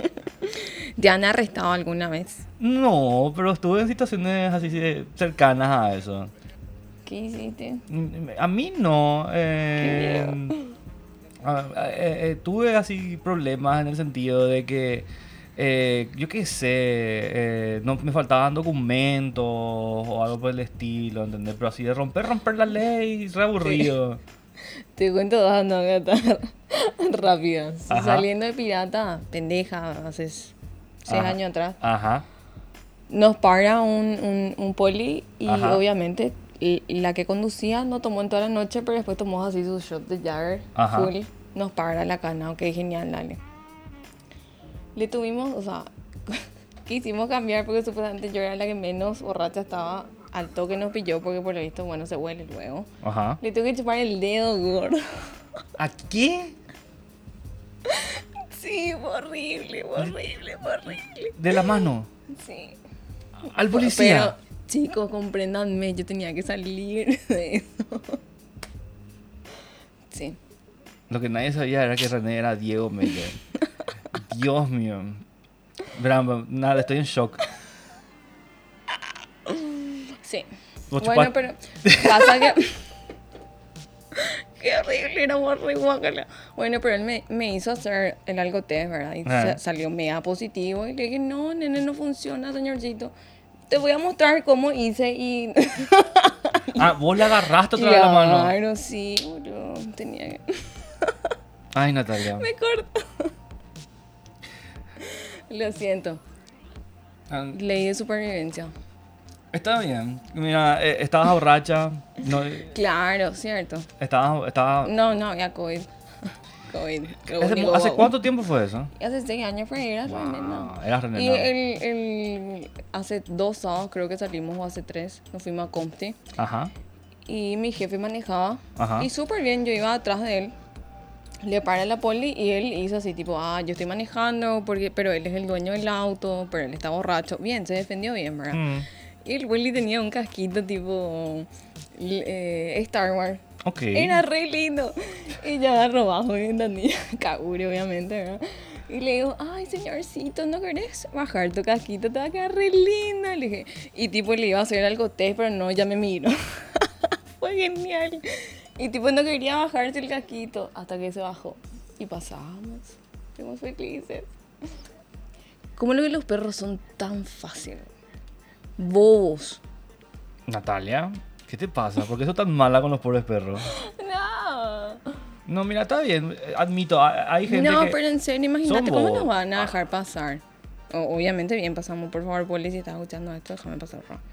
Speaker 2: ¿Te han arrestado alguna vez?
Speaker 1: No, pero estuve en situaciones así eh, cercanas a eso.
Speaker 2: ¿Qué hiciste?
Speaker 1: Mm, A mí no. eh,
Speaker 2: Qué
Speaker 1: ah, eh, eh, tuve así problemas en el sentido de que, eh, yo qué sé, eh, no me faltaban documentos o algo por el estilo, ¿entendés? Pero así de romper, romper la ley, re aburrido.
Speaker 2: Te cuento dos anécdotas rápidas.
Speaker 1: Ajá.
Speaker 2: Saliendo de pirata, pendeja, hace seis
Speaker 1: Ajá.
Speaker 2: años atrás,
Speaker 1: Ajá.
Speaker 2: nos para un, un- un poli y
Speaker 1: Ajá.
Speaker 2: obviamente l- la que conducía no tomó en toda la noche, pero después tomó así su shot de Jagger
Speaker 1: Ajá.
Speaker 2: full. Nos para la cana, ok, genial, dale. Le tuvimos, o sea, quisimos cambiar porque supuestamente yo era la que menos borracha estaba. Al toque nos pilló porque por lo visto, bueno, se huele luego.
Speaker 1: Ajá.
Speaker 2: Le tuve que chupar el dedo, gordo.
Speaker 1: ¿A qué?
Speaker 2: Sí, fue horrible, fue horrible, fue horrible.
Speaker 1: De la mano.
Speaker 2: Sí.
Speaker 1: Al policía.
Speaker 2: Pero, chicos, compréndanme, yo tenía que salir de eso. Sí.
Speaker 1: Lo que nadie sabía era que René era Diego Meyer. Dios mío. Bramba, nada, estoy en shock.
Speaker 2: Sí.
Speaker 1: Vos
Speaker 2: Bueno,
Speaker 1: chupaste-
Speaker 2: pero pasa que. Qué horrible, era horrible, guácala. Bueno, pero él me, me hizo hacer el algo test, ¿verdad? Y
Speaker 1: Ah.
Speaker 2: sa- salió mega positivo. Y le dije, no, nene, no funciona, señorcito. Te voy a mostrar cómo hice y.
Speaker 1: Ah, vos le agarraste otra vez la mano.
Speaker 2: Claro, sí, boludo. Tenía que.
Speaker 1: Ay, Natalia.
Speaker 2: Me corto. Lo siento.
Speaker 1: Ah,
Speaker 2: Ley de supervivencia.
Speaker 1: Está bien. Mira, eh, estabas borracha. No, eh,
Speaker 2: Claro, cierto.
Speaker 1: estabas, estabas-
Speaker 2: No, no había COVID. COVID. lo
Speaker 1: ¿Hace,
Speaker 2: único
Speaker 1: hace
Speaker 2: bobo.
Speaker 1: cuánto tiempo fue eso?
Speaker 2: Hace seis años fue era
Speaker 1: Wow,
Speaker 2: renegado.
Speaker 1: eras
Speaker 2: Y
Speaker 1: renegado.
Speaker 2: el, el- hace dos sábados creo que salimos o hace tres, nos fuimos a Compte
Speaker 1: Ajá.
Speaker 2: y mi jefe manejaba
Speaker 1: Ajá.
Speaker 2: y súper bien, yo iba atrás de él. Le para la poli y él hizo así tipo, ah, yo estoy manejando, porque, pero él es el dueño del auto, pero él está borracho. Bien, se defendió bien, ¿verdad?
Speaker 1: Mm,
Speaker 2: Y el Willy tenía un casquito tipo eh, Star Wars.
Speaker 1: ok.
Speaker 2: Era re lindo. Y yo agarro bajo y entendí. Cagure, obviamente, ¿verdad? Y le digo, ay, señorcito, ¿no querés bajar tu casquito? Te va a quedar re lindo. Le dije, y tipo le iba a hacer algo test, pero no, ya me miro. Fue genial. Y tipo no quería bajarse el casquito hasta que se bajó. Y pasamos. Fuimos felices. ¿Cómo lo que los perros son tan fáciles? Bobos.
Speaker 1: Natalia, ¿qué te pasa? ¿Por qué sos tan mala con los pobres perros?
Speaker 2: No.
Speaker 1: No, mira, está bien. eh, Admito, ha- hay gente
Speaker 2: No,
Speaker 1: que... Ah.
Speaker 2: pero en serio, imagínate
Speaker 1: son
Speaker 2: cómo
Speaker 1: bobos.
Speaker 2: nos van a dejar pasar. O- obviamente bien pasamos, por favor, Poli, si estás escuchando esto, déjame pasar. por favor.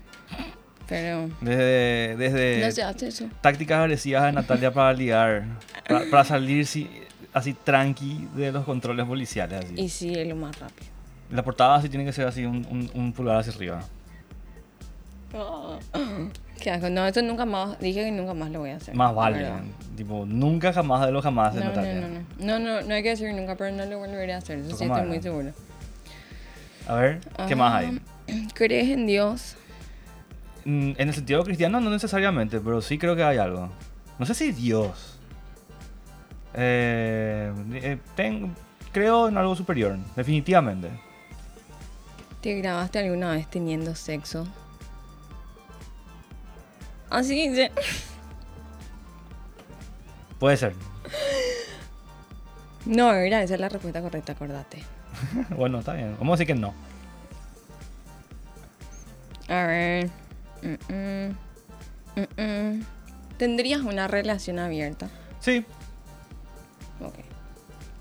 Speaker 2: Pero
Speaker 1: Desde, desde
Speaker 2: no se hace eso.
Speaker 1: tácticas agresivas de Natalia para ligar. Para, para salir si- así tranqui de los controles policiales. Así.
Speaker 2: Y sí, es lo más rápido.
Speaker 1: La portada así tiene que ser así, un, un- un pulgar hacia arriba.
Speaker 2: ¿Qué asco. No, esto nunca más, dije que nunca más lo voy a hacer.
Speaker 1: Más vale.
Speaker 2: la verdad.
Speaker 1: Tipo, nunca jamás de los jamás de
Speaker 2: Ah, No, no,
Speaker 1: Natalia.
Speaker 2: no, no. No, no, no hay que decir nunca, pero no lo volveré a hacer. Eso sí
Speaker 1: Tocamos
Speaker 2: estoy muy
Speaker 1: algo.
Speaker 2: seguro. Um,
Speaker 1: A ver, ¿qué más hay?
Speaker 2: ¿Crees en Dios?
Speaker 1: Mm, En el sentido cristiano no necesariamente, pero sí creo que hay algo. No sé si Dios. Eh, eh, ten- creo en algo superior, definitivamente.
Speaker 2: ¿Te grabaste alguna vez teniendo sexo? Así dice.
Speaker 1: Puede ser.
Speaker 2: No, era esa es la respuesta correcta, acordate.
Speaker 1: bueno, está bien. Vamos a decir que no.
Speaker 2: A ver. Mm, mm. Mm, mm. ¿Tendrías una relación abierta?
Speaker 1: Sí,
Speaker 2: Ok.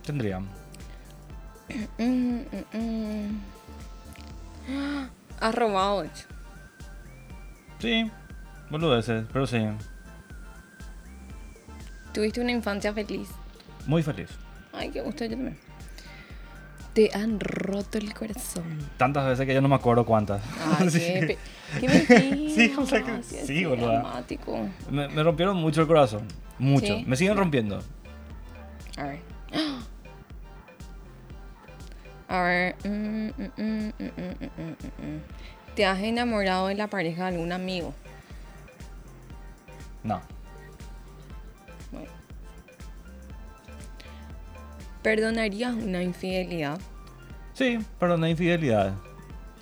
Speaker 1: tendría.
Speaker 2: Mm, mm, mm. Ah, Has robado ocho.
Speaker 1: Sí, boludeces, pero sí.
Speaker 2: Tuviste una infancia feliz.
Speaker 1: Muy feliz.
Speaker 2: Ay, qué gusto, yo también. Te han roto el corazón.
Speaker 1: Tantas veces que ya no me acuerdo cuántas.
Speaker 2: Ay,
Speaker 1: Ah, Sí.
Speaker 2: qué, pe- qué mentira.
Speaker 1: Sí, o sea que-
Speaker 2: Ay, qué
Speaker 1: sí, boluda.
Speaker 2: dramático.
Speaker 1: Me, me rompieron mucho el corazón. Mucho.
Speaker 2: Sí.
Speaker 1: Me siguen rompiendo.
Speaker 2: A ver. A ver. mm, mm, mm, mm, mm, mm, mm, mm, mm. ¿Te has enamorado de la pareja de algún amigo?
Speaker 1: No.
Speaker 2: ¿Perdonarías una infidelidad?
Speaker 1: Sí, perdón, hay infidelidades.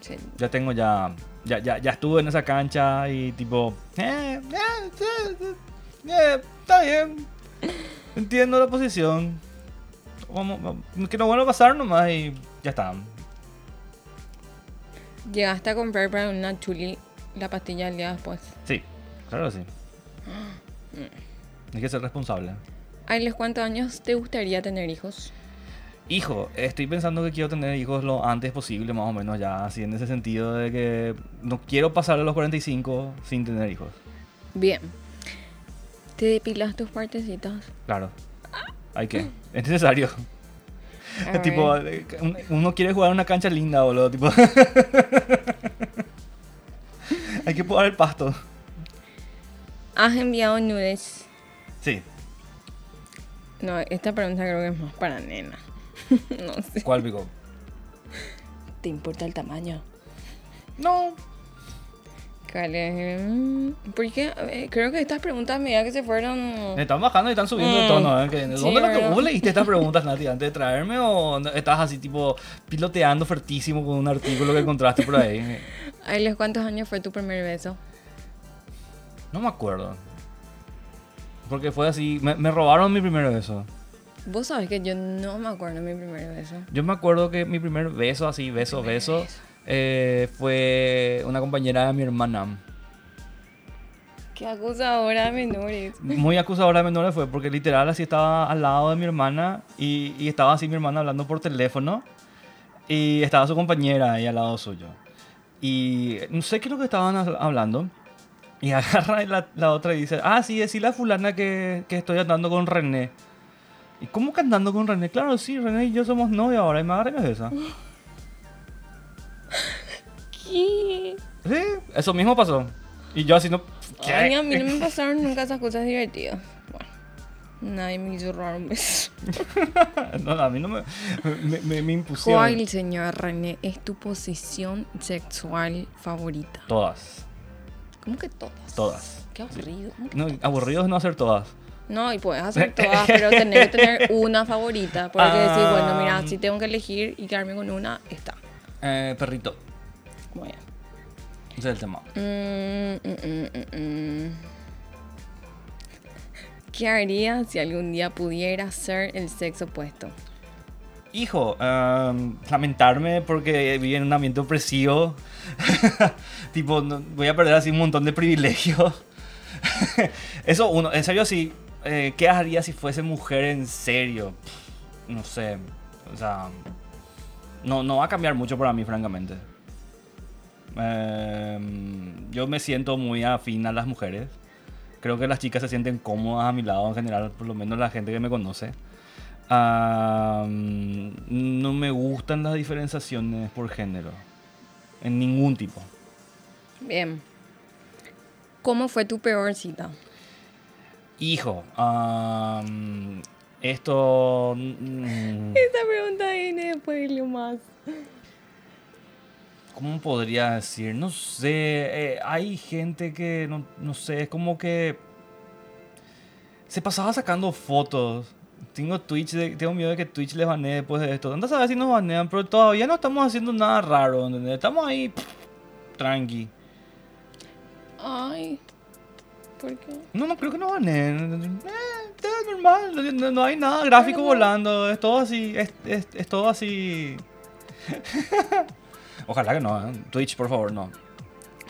Speaker 2: Sí.
Speaker 1: Ya tengo ya, ya, ya, ya estuve en esa cancha y tipo, eh, eh, eh, eh, eh, está bien, entiendo la posición, Vamos- vamos- que no vuelva a pasar nomás y ya está.
Speaker 2: ¿Llegaste a comprar para una chuli la pastilla el día después?
Speaker 1: Sí, claro que sí. Hay que ser responsable.
Speaker 2: ¿A los cuántos años te gustaría tener hijos?
Speaker 1: Hijo, estoy pensando que quiero tener hijos lo antes posible, más o menos ya, así en ese sentido de que no quiero pasar a los 45 sin tener hijos.
Speaker 2: Bien. ¿Te depilas tus partecitas?
Speaker 1: Claro. Hay que. Es necesario.
Speaker 2: A
Speaker 1: Es tipo,
Speaker 2: ver.
Speaker 1: eh, un- uno quiere jugar una cancha linda, boludo. Tipo. Hay que podar el pasto.
Speaker 2: ¿Has enviado nudes?
Speaker 1: Sí.
Speaker 2: No, esta pregunta creo que es más para nena. no sé.
Speaker 1: ¿Cuál pico?
Speaker 2: ¿Te importa el tamaño?
Speaker 1: No.
Speaker 2: Cale. Porque creo que estas preguntas, a medida que se
Speaker 1: Me
Speaker 2: fueron.
Speaker 1: están bajando y están subiendo de
Speaker 2: Mm.
Speaker 1: tono. ¿eh? Que-
Speaker 2: Sí,
Speaker 1: ¿Dónde lo que
Speaker 2: ¿verdad?
Speaker 1: vos leíste estas preguntas, Nati, antes de traerme? ¿O no- estás así, tipo, piloteando fertísimo con un artículo que encontraste por ahí?
Speaker 2: ¿A los cuántos años fue tu primer beso?
Speaker 1: No me acuerdo. Porque fue así. Me, me robaron mi primer beso.
Speaker 2: Vos sabés que yo no me acuerdo de mi primer beso.
Speaker 1: Yo me acuerdo que mi primer beso, así, beso,
Speaker 2: Primer
Speaker 1: beso,
Speaker 2: beso.
Speaker 1: eh, fue una compañera de mi hermana.
Speaker 2: Qué acusadora de menores.
Speaker 1: Muy acusadora de menores fue porque literal así estaba al lado de mi hermana y, y estaba así mi hermana hablando por teléfono y estaba su compañera ahí al lado suyo. Y no sé qué es lo que estaban ha- hablando. Y agarra la, la otra y dice, ah, sí, es la fulana que, que estoy andando con René. ¿Y cómo que andando con René? Claro, sí, René y yo somos novios ahora y me agarra y me besa.
Speaker 2: ¿Qué?
Speaker 1: Sí, eso mismo pasó. Y yo así no. ¿Qué?
Speaker 2: Ay, a mí no me pasaron nunca esas cosas divertidas. Bueno, nadie me hizo robar un beso.
Speaker 1: No, a mí no me. Me, me- me impusieron.
Speaker 2: ¿Cuál, señor René, es tu posición sexual favorita?
Speaker 1: Todas.
Speaker 2: ¿Cómo que todas?
Speaker 1: Todas.
Speaker 2: Qué aburrido. ¿Cómo que
Speaker 1: No, aburrido es no hacer todas.
Speaker 2: No, y puedes hacer todas, pero tener que tener una favorita. Porque
Speaker 1: Ah.
Speaker 2: decir, bueno, mira, si tengo que elegir y quedarme con una, está.
Speaker 1: Eh, perrito.
Speaker 2: Bueno.
Speaker 1: Ese es el tema.
Speaker 2: Mm, mm, mm, mm, mm. ¿Qué harías si algún día pudiera ser el sexo opuesto?
Speaker 1: Hijo, em, lamentarme porque viví en un ambiente opresivo. tipo, no- voy a perder así un montón de privilegios. Eso uno, en serio, sí. eh, ¿Qué haría si fuese mujer en serio? Pff, No sé. O sea. No, no va a cambiar mucho para mí, francamente. Em, yo me siento muy afín a las mujeres. Creo que las chicas se sienten cómodas a mi lado en general, por lo menos la gente que me conoce. Ah, mm, no me gustan las diferenciaciones por género. En ningún tipo.
Speaker 2: Bien. ¿Cómo fue tu peor cita?
Speaker 1: Hijo, ah, mm, esto... mm,
Speaker 2: Esta pregunta viene después de lo más.
Speaker 1: ¿Cómo podría decir? No sé. eh, hay gente que, no, no sé, es como que se pasaba sacando fotos. Tengo Twitch, de- tengo miedo de que Twitch les banee después de esto. Anda a saber si nos banean, pero todavía no estamos haciendo nada raro, ¿entendés? Estamos ahí pff, tranqui.
Speaker 2: Ay, ¿por qué?
Speaker 1: No, no creo que nos baneen. Eh, está normal, no- no, no hay nada gráfico volando, es todo así, es, es- es todo así. Ojalá que no, ¿eh? Twitch, por favor, no.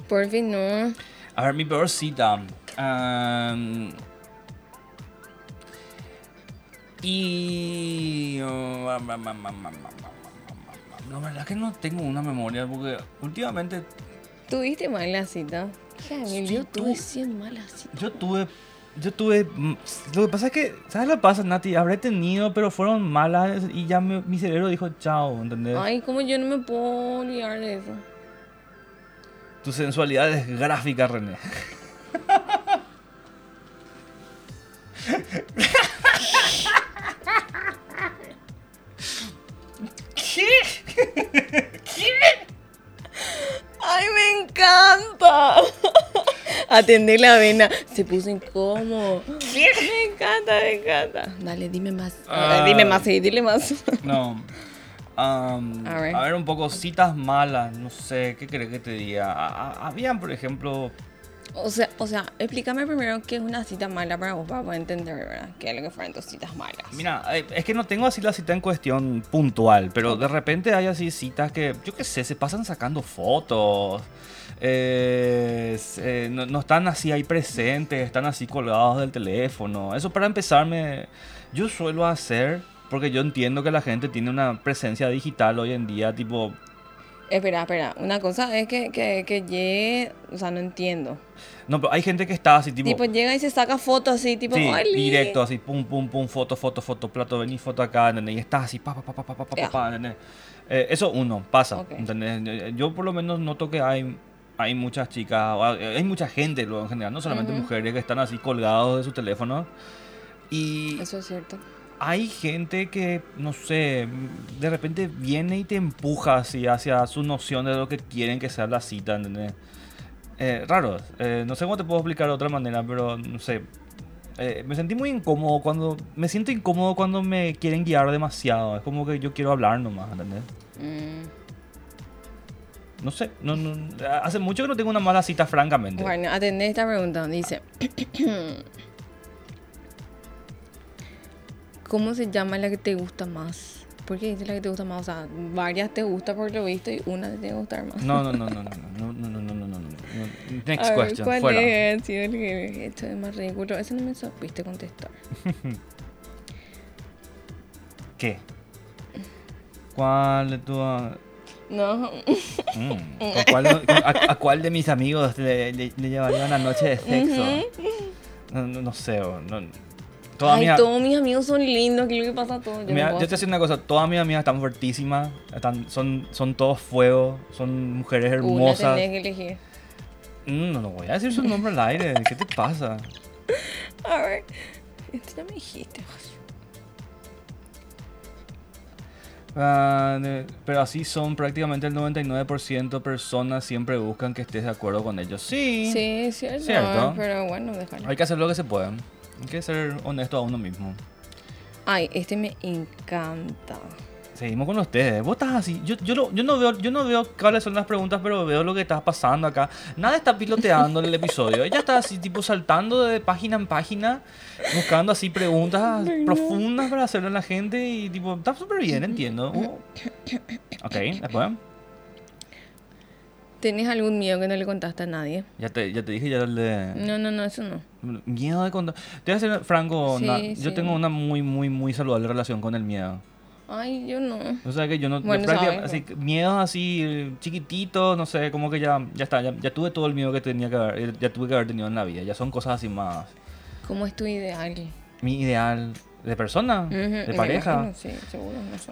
Speaker 2: Por fin no.
Speaker 1: A ver, mi peor cita. Am, y. La verdad que no tengo una memoria porque últimamente
Speaker 2: Tuviste malas citas. Hija de mil,
Speaker 1: Sí,
Speaker 2: yo tuve
Speaker 1: tuve-
Speaker 2: 100 malas citas.
Speaker 1: yo tuve. Yo tuve. mm, Lo que pasa es que. ¿Sabes lo que pasa, Nati? Habré tenido, pero fueron malas y ya mi, mi cerebro dijo chao, ¿entendés?
Speaker 2: Ay, como yo no me puedo olvidar de eso.
Speaker 1: Tu sensualidad es gráfica, René. ¿Qué?
Speaker 2: Ay, me encanta. Atender la vena. Se puso incómodo. Me encanta, me encanta. Dale, dime más.
Speaker 1: Ah.
Speaker 2: Dime más, sí, dile más.
Speaker 1: No. Am,
Speaker 2: A
Speaker 1: a,
Speaker 2: ver.
Speaker 1: ver. un poco, citas malas, no sé, ¿qué crees que te diga? A- a- habían, por ejemplo,
Speaker 2: O sea, o sea, explícame primero qué es una cita mala para vos, para poder entender, ¿verdad? ¿Qué es lo que fueron tus citas malas?
Speaker 1: Mira, eh, es que no tengo así la cita en cuestión puntual, pero de repente hay así citas que, yo qué sé, se pasan sacando fotos. eh, se- no, no están así ahí presentes, están así colgados del teléfono. Eso para empezarme, yo suelo hacer, porque yo entiendo que la gente tiene una presencia digital hoy en día, tipo,
Speaker 2: Espera, espera. Una cosa es que, que, que llegue, o sea, no entiendo.
Speaker 1: no, pero hay gente que está así, tipo,
Speaker 2: Tipo, llega y se saca fotos así, tipo,
Speaker 1: sí,
Speaker 2: "Oli".
Speaker 1: directo, así, pum, pum, pum, foto, foto, foto, plato, vení, foto acá, ¿entendés? Y estás así, pa, pa, pa, pa, pa, pa, pa,
Speaker 2: Ya.
Speaker 1: pa, ¿entendés? Eh, eso uno, pasa,
Speaker 2: Ok.
Speaker 1: ¿entendés? Eh, Yo por lo menos noto que hay, hay muchas chicas, o eh, hay hay mucha gente luego en general, no solamente
Speaker 2: Ujú.
Speaker 1: mujeres que están así colgados de su teléfono. Y
Speaker 2: Eso es cierto.
Speaker 1: hay gente que, no sé, de repente viene y te empuja así hacia su noción de lo que quieren que sea la cita, ¿entendés? Eh, raro, eh, no sé cómo te puedo explicar de otra manera, pero no sé. Eh, me sentí muy incómodo cuando. Me siento incómodo cuando me quieren guiar demasiado. Es como que yo quiero hablar nomás, ¿entendés?
Speaker 2: Mm.
Speaker 1: No sé, no, no- hace mucho que no tengo una mala cita, francamente.
Speaker 2: Bueno, atendé esta pregunta. Dice: ¿Cómo se llama la que te gusta más? ¿Por qué dice la que te gusta más? O sea, varias te gusta por lo visto y una te tiene que gustar más.
Speaker 1: No, no, no, no, no, no, no, no, no, no, no, no.
Speaker 2: A
Speaker 1: Next
Speaker 2: ver,
Speaker 1: question,
Speaker 2: ¿Cuál
Speaker 1: fuera.
Speaker 2: es? Sí, el que- Esto es más ridículo. Eso no me supiste contestar.
Speaker 1: ¿Qué? ¿Cuál de tu.?
Speaker 2: No.
Speaker 1: Mm, ¿con cuál no- con- a, a cuál de mis amigos le, le- le llevaría una noche de sexo? no, no- no sé, o no- todas
Speaker 2: Ay,
Speaker 1: mis a-
Speaker 2: todos mis amigos son lindos. ¿Qué es lo que pasa a todos? Yo
Speaker 1: mira,
Speaker 2: no
Speaker 1: yo
Speaker 2: puedo
Speaker 1: te voy a decir una cosa, todas mis amigas están fuertísimas, están, son, son todos fuego, son mujeres
Speaker 2: hacer- Una
Speaker 1: hermosas.
Speaker 2: tenés que elegir.
Speaker 1: Mm, no, no voy a decir su nombre al aire, ¿qué te pasa?
Speaker 2: A ver. Esto ya me dijiste. ay.
Speaker 1: Ah, de- pero así son prácticamente el 99% personas siempre buscan que estés de acuerdo con ellos. Sí,
Speaker 2: Sí, es cierto.
Speaker 1: Cierto.
Speaker 2: Pero bueno, déjalo.
Speaker 1: hay que hacer lo que se pueda, hay que ser honesto a uno mismo.
Speaker 2: Ay, este me encanta.
Speaker 1: Seguimos con ustedes. Vos estás así. Yo, yo, lo- yo, no veo, yo no veo cuáles son las preguntas, pero veo lo que está pasando acá. Nada está piloteando en el episodio. Ella está así, tipo, saltando de página en página, buscando así preguntas
Speaker 2: Ay, no.
Speaker 1: profundas para hacerle a la gente. Y, tipo, está súper bien, entiendo. Uh.
Speaker 2: Mm-hmm.
Speaker 1: Ok, después.
Speaker 2: ¿Tenés algún miedo que no le contaste a nadie?
Speaker 1: Ya te, ya te dije, ya le.
Speaker 2: No, no, no, eso no.
Speaker 1: Miedo de contar. Te voy a ser franco,
Speaker 2: Sí,
Speaker 1: na- yo
Speaker 2: sí.
Speaker 1: tengo una muy, muy, muy saludable relación con el miedo.
Speaker 2: Ay, yo no.
Speaker 1: O sea que yo no, yo
Speaker 2: Bueno,
Speaker 1: práctica-
Speaker 2: sabes,
Speaker 1: así, miedos así eh, chiquititos, no sé, como que ya, ya está, ya, ya tuve todo el miedo que tenía que haber, eh, ya tuve que haber tenido en la vida, ya son cosas así más.
Speaker 2: ¿Cómo es tu ideal?
Speaker 1: Mi ideal de persona,
Speaker 2: Ujú,
Speaker 1: de
Speaker 2: me
Speaker 1: pareja.
Speaker 2: imagino, sí, seguro. No sé.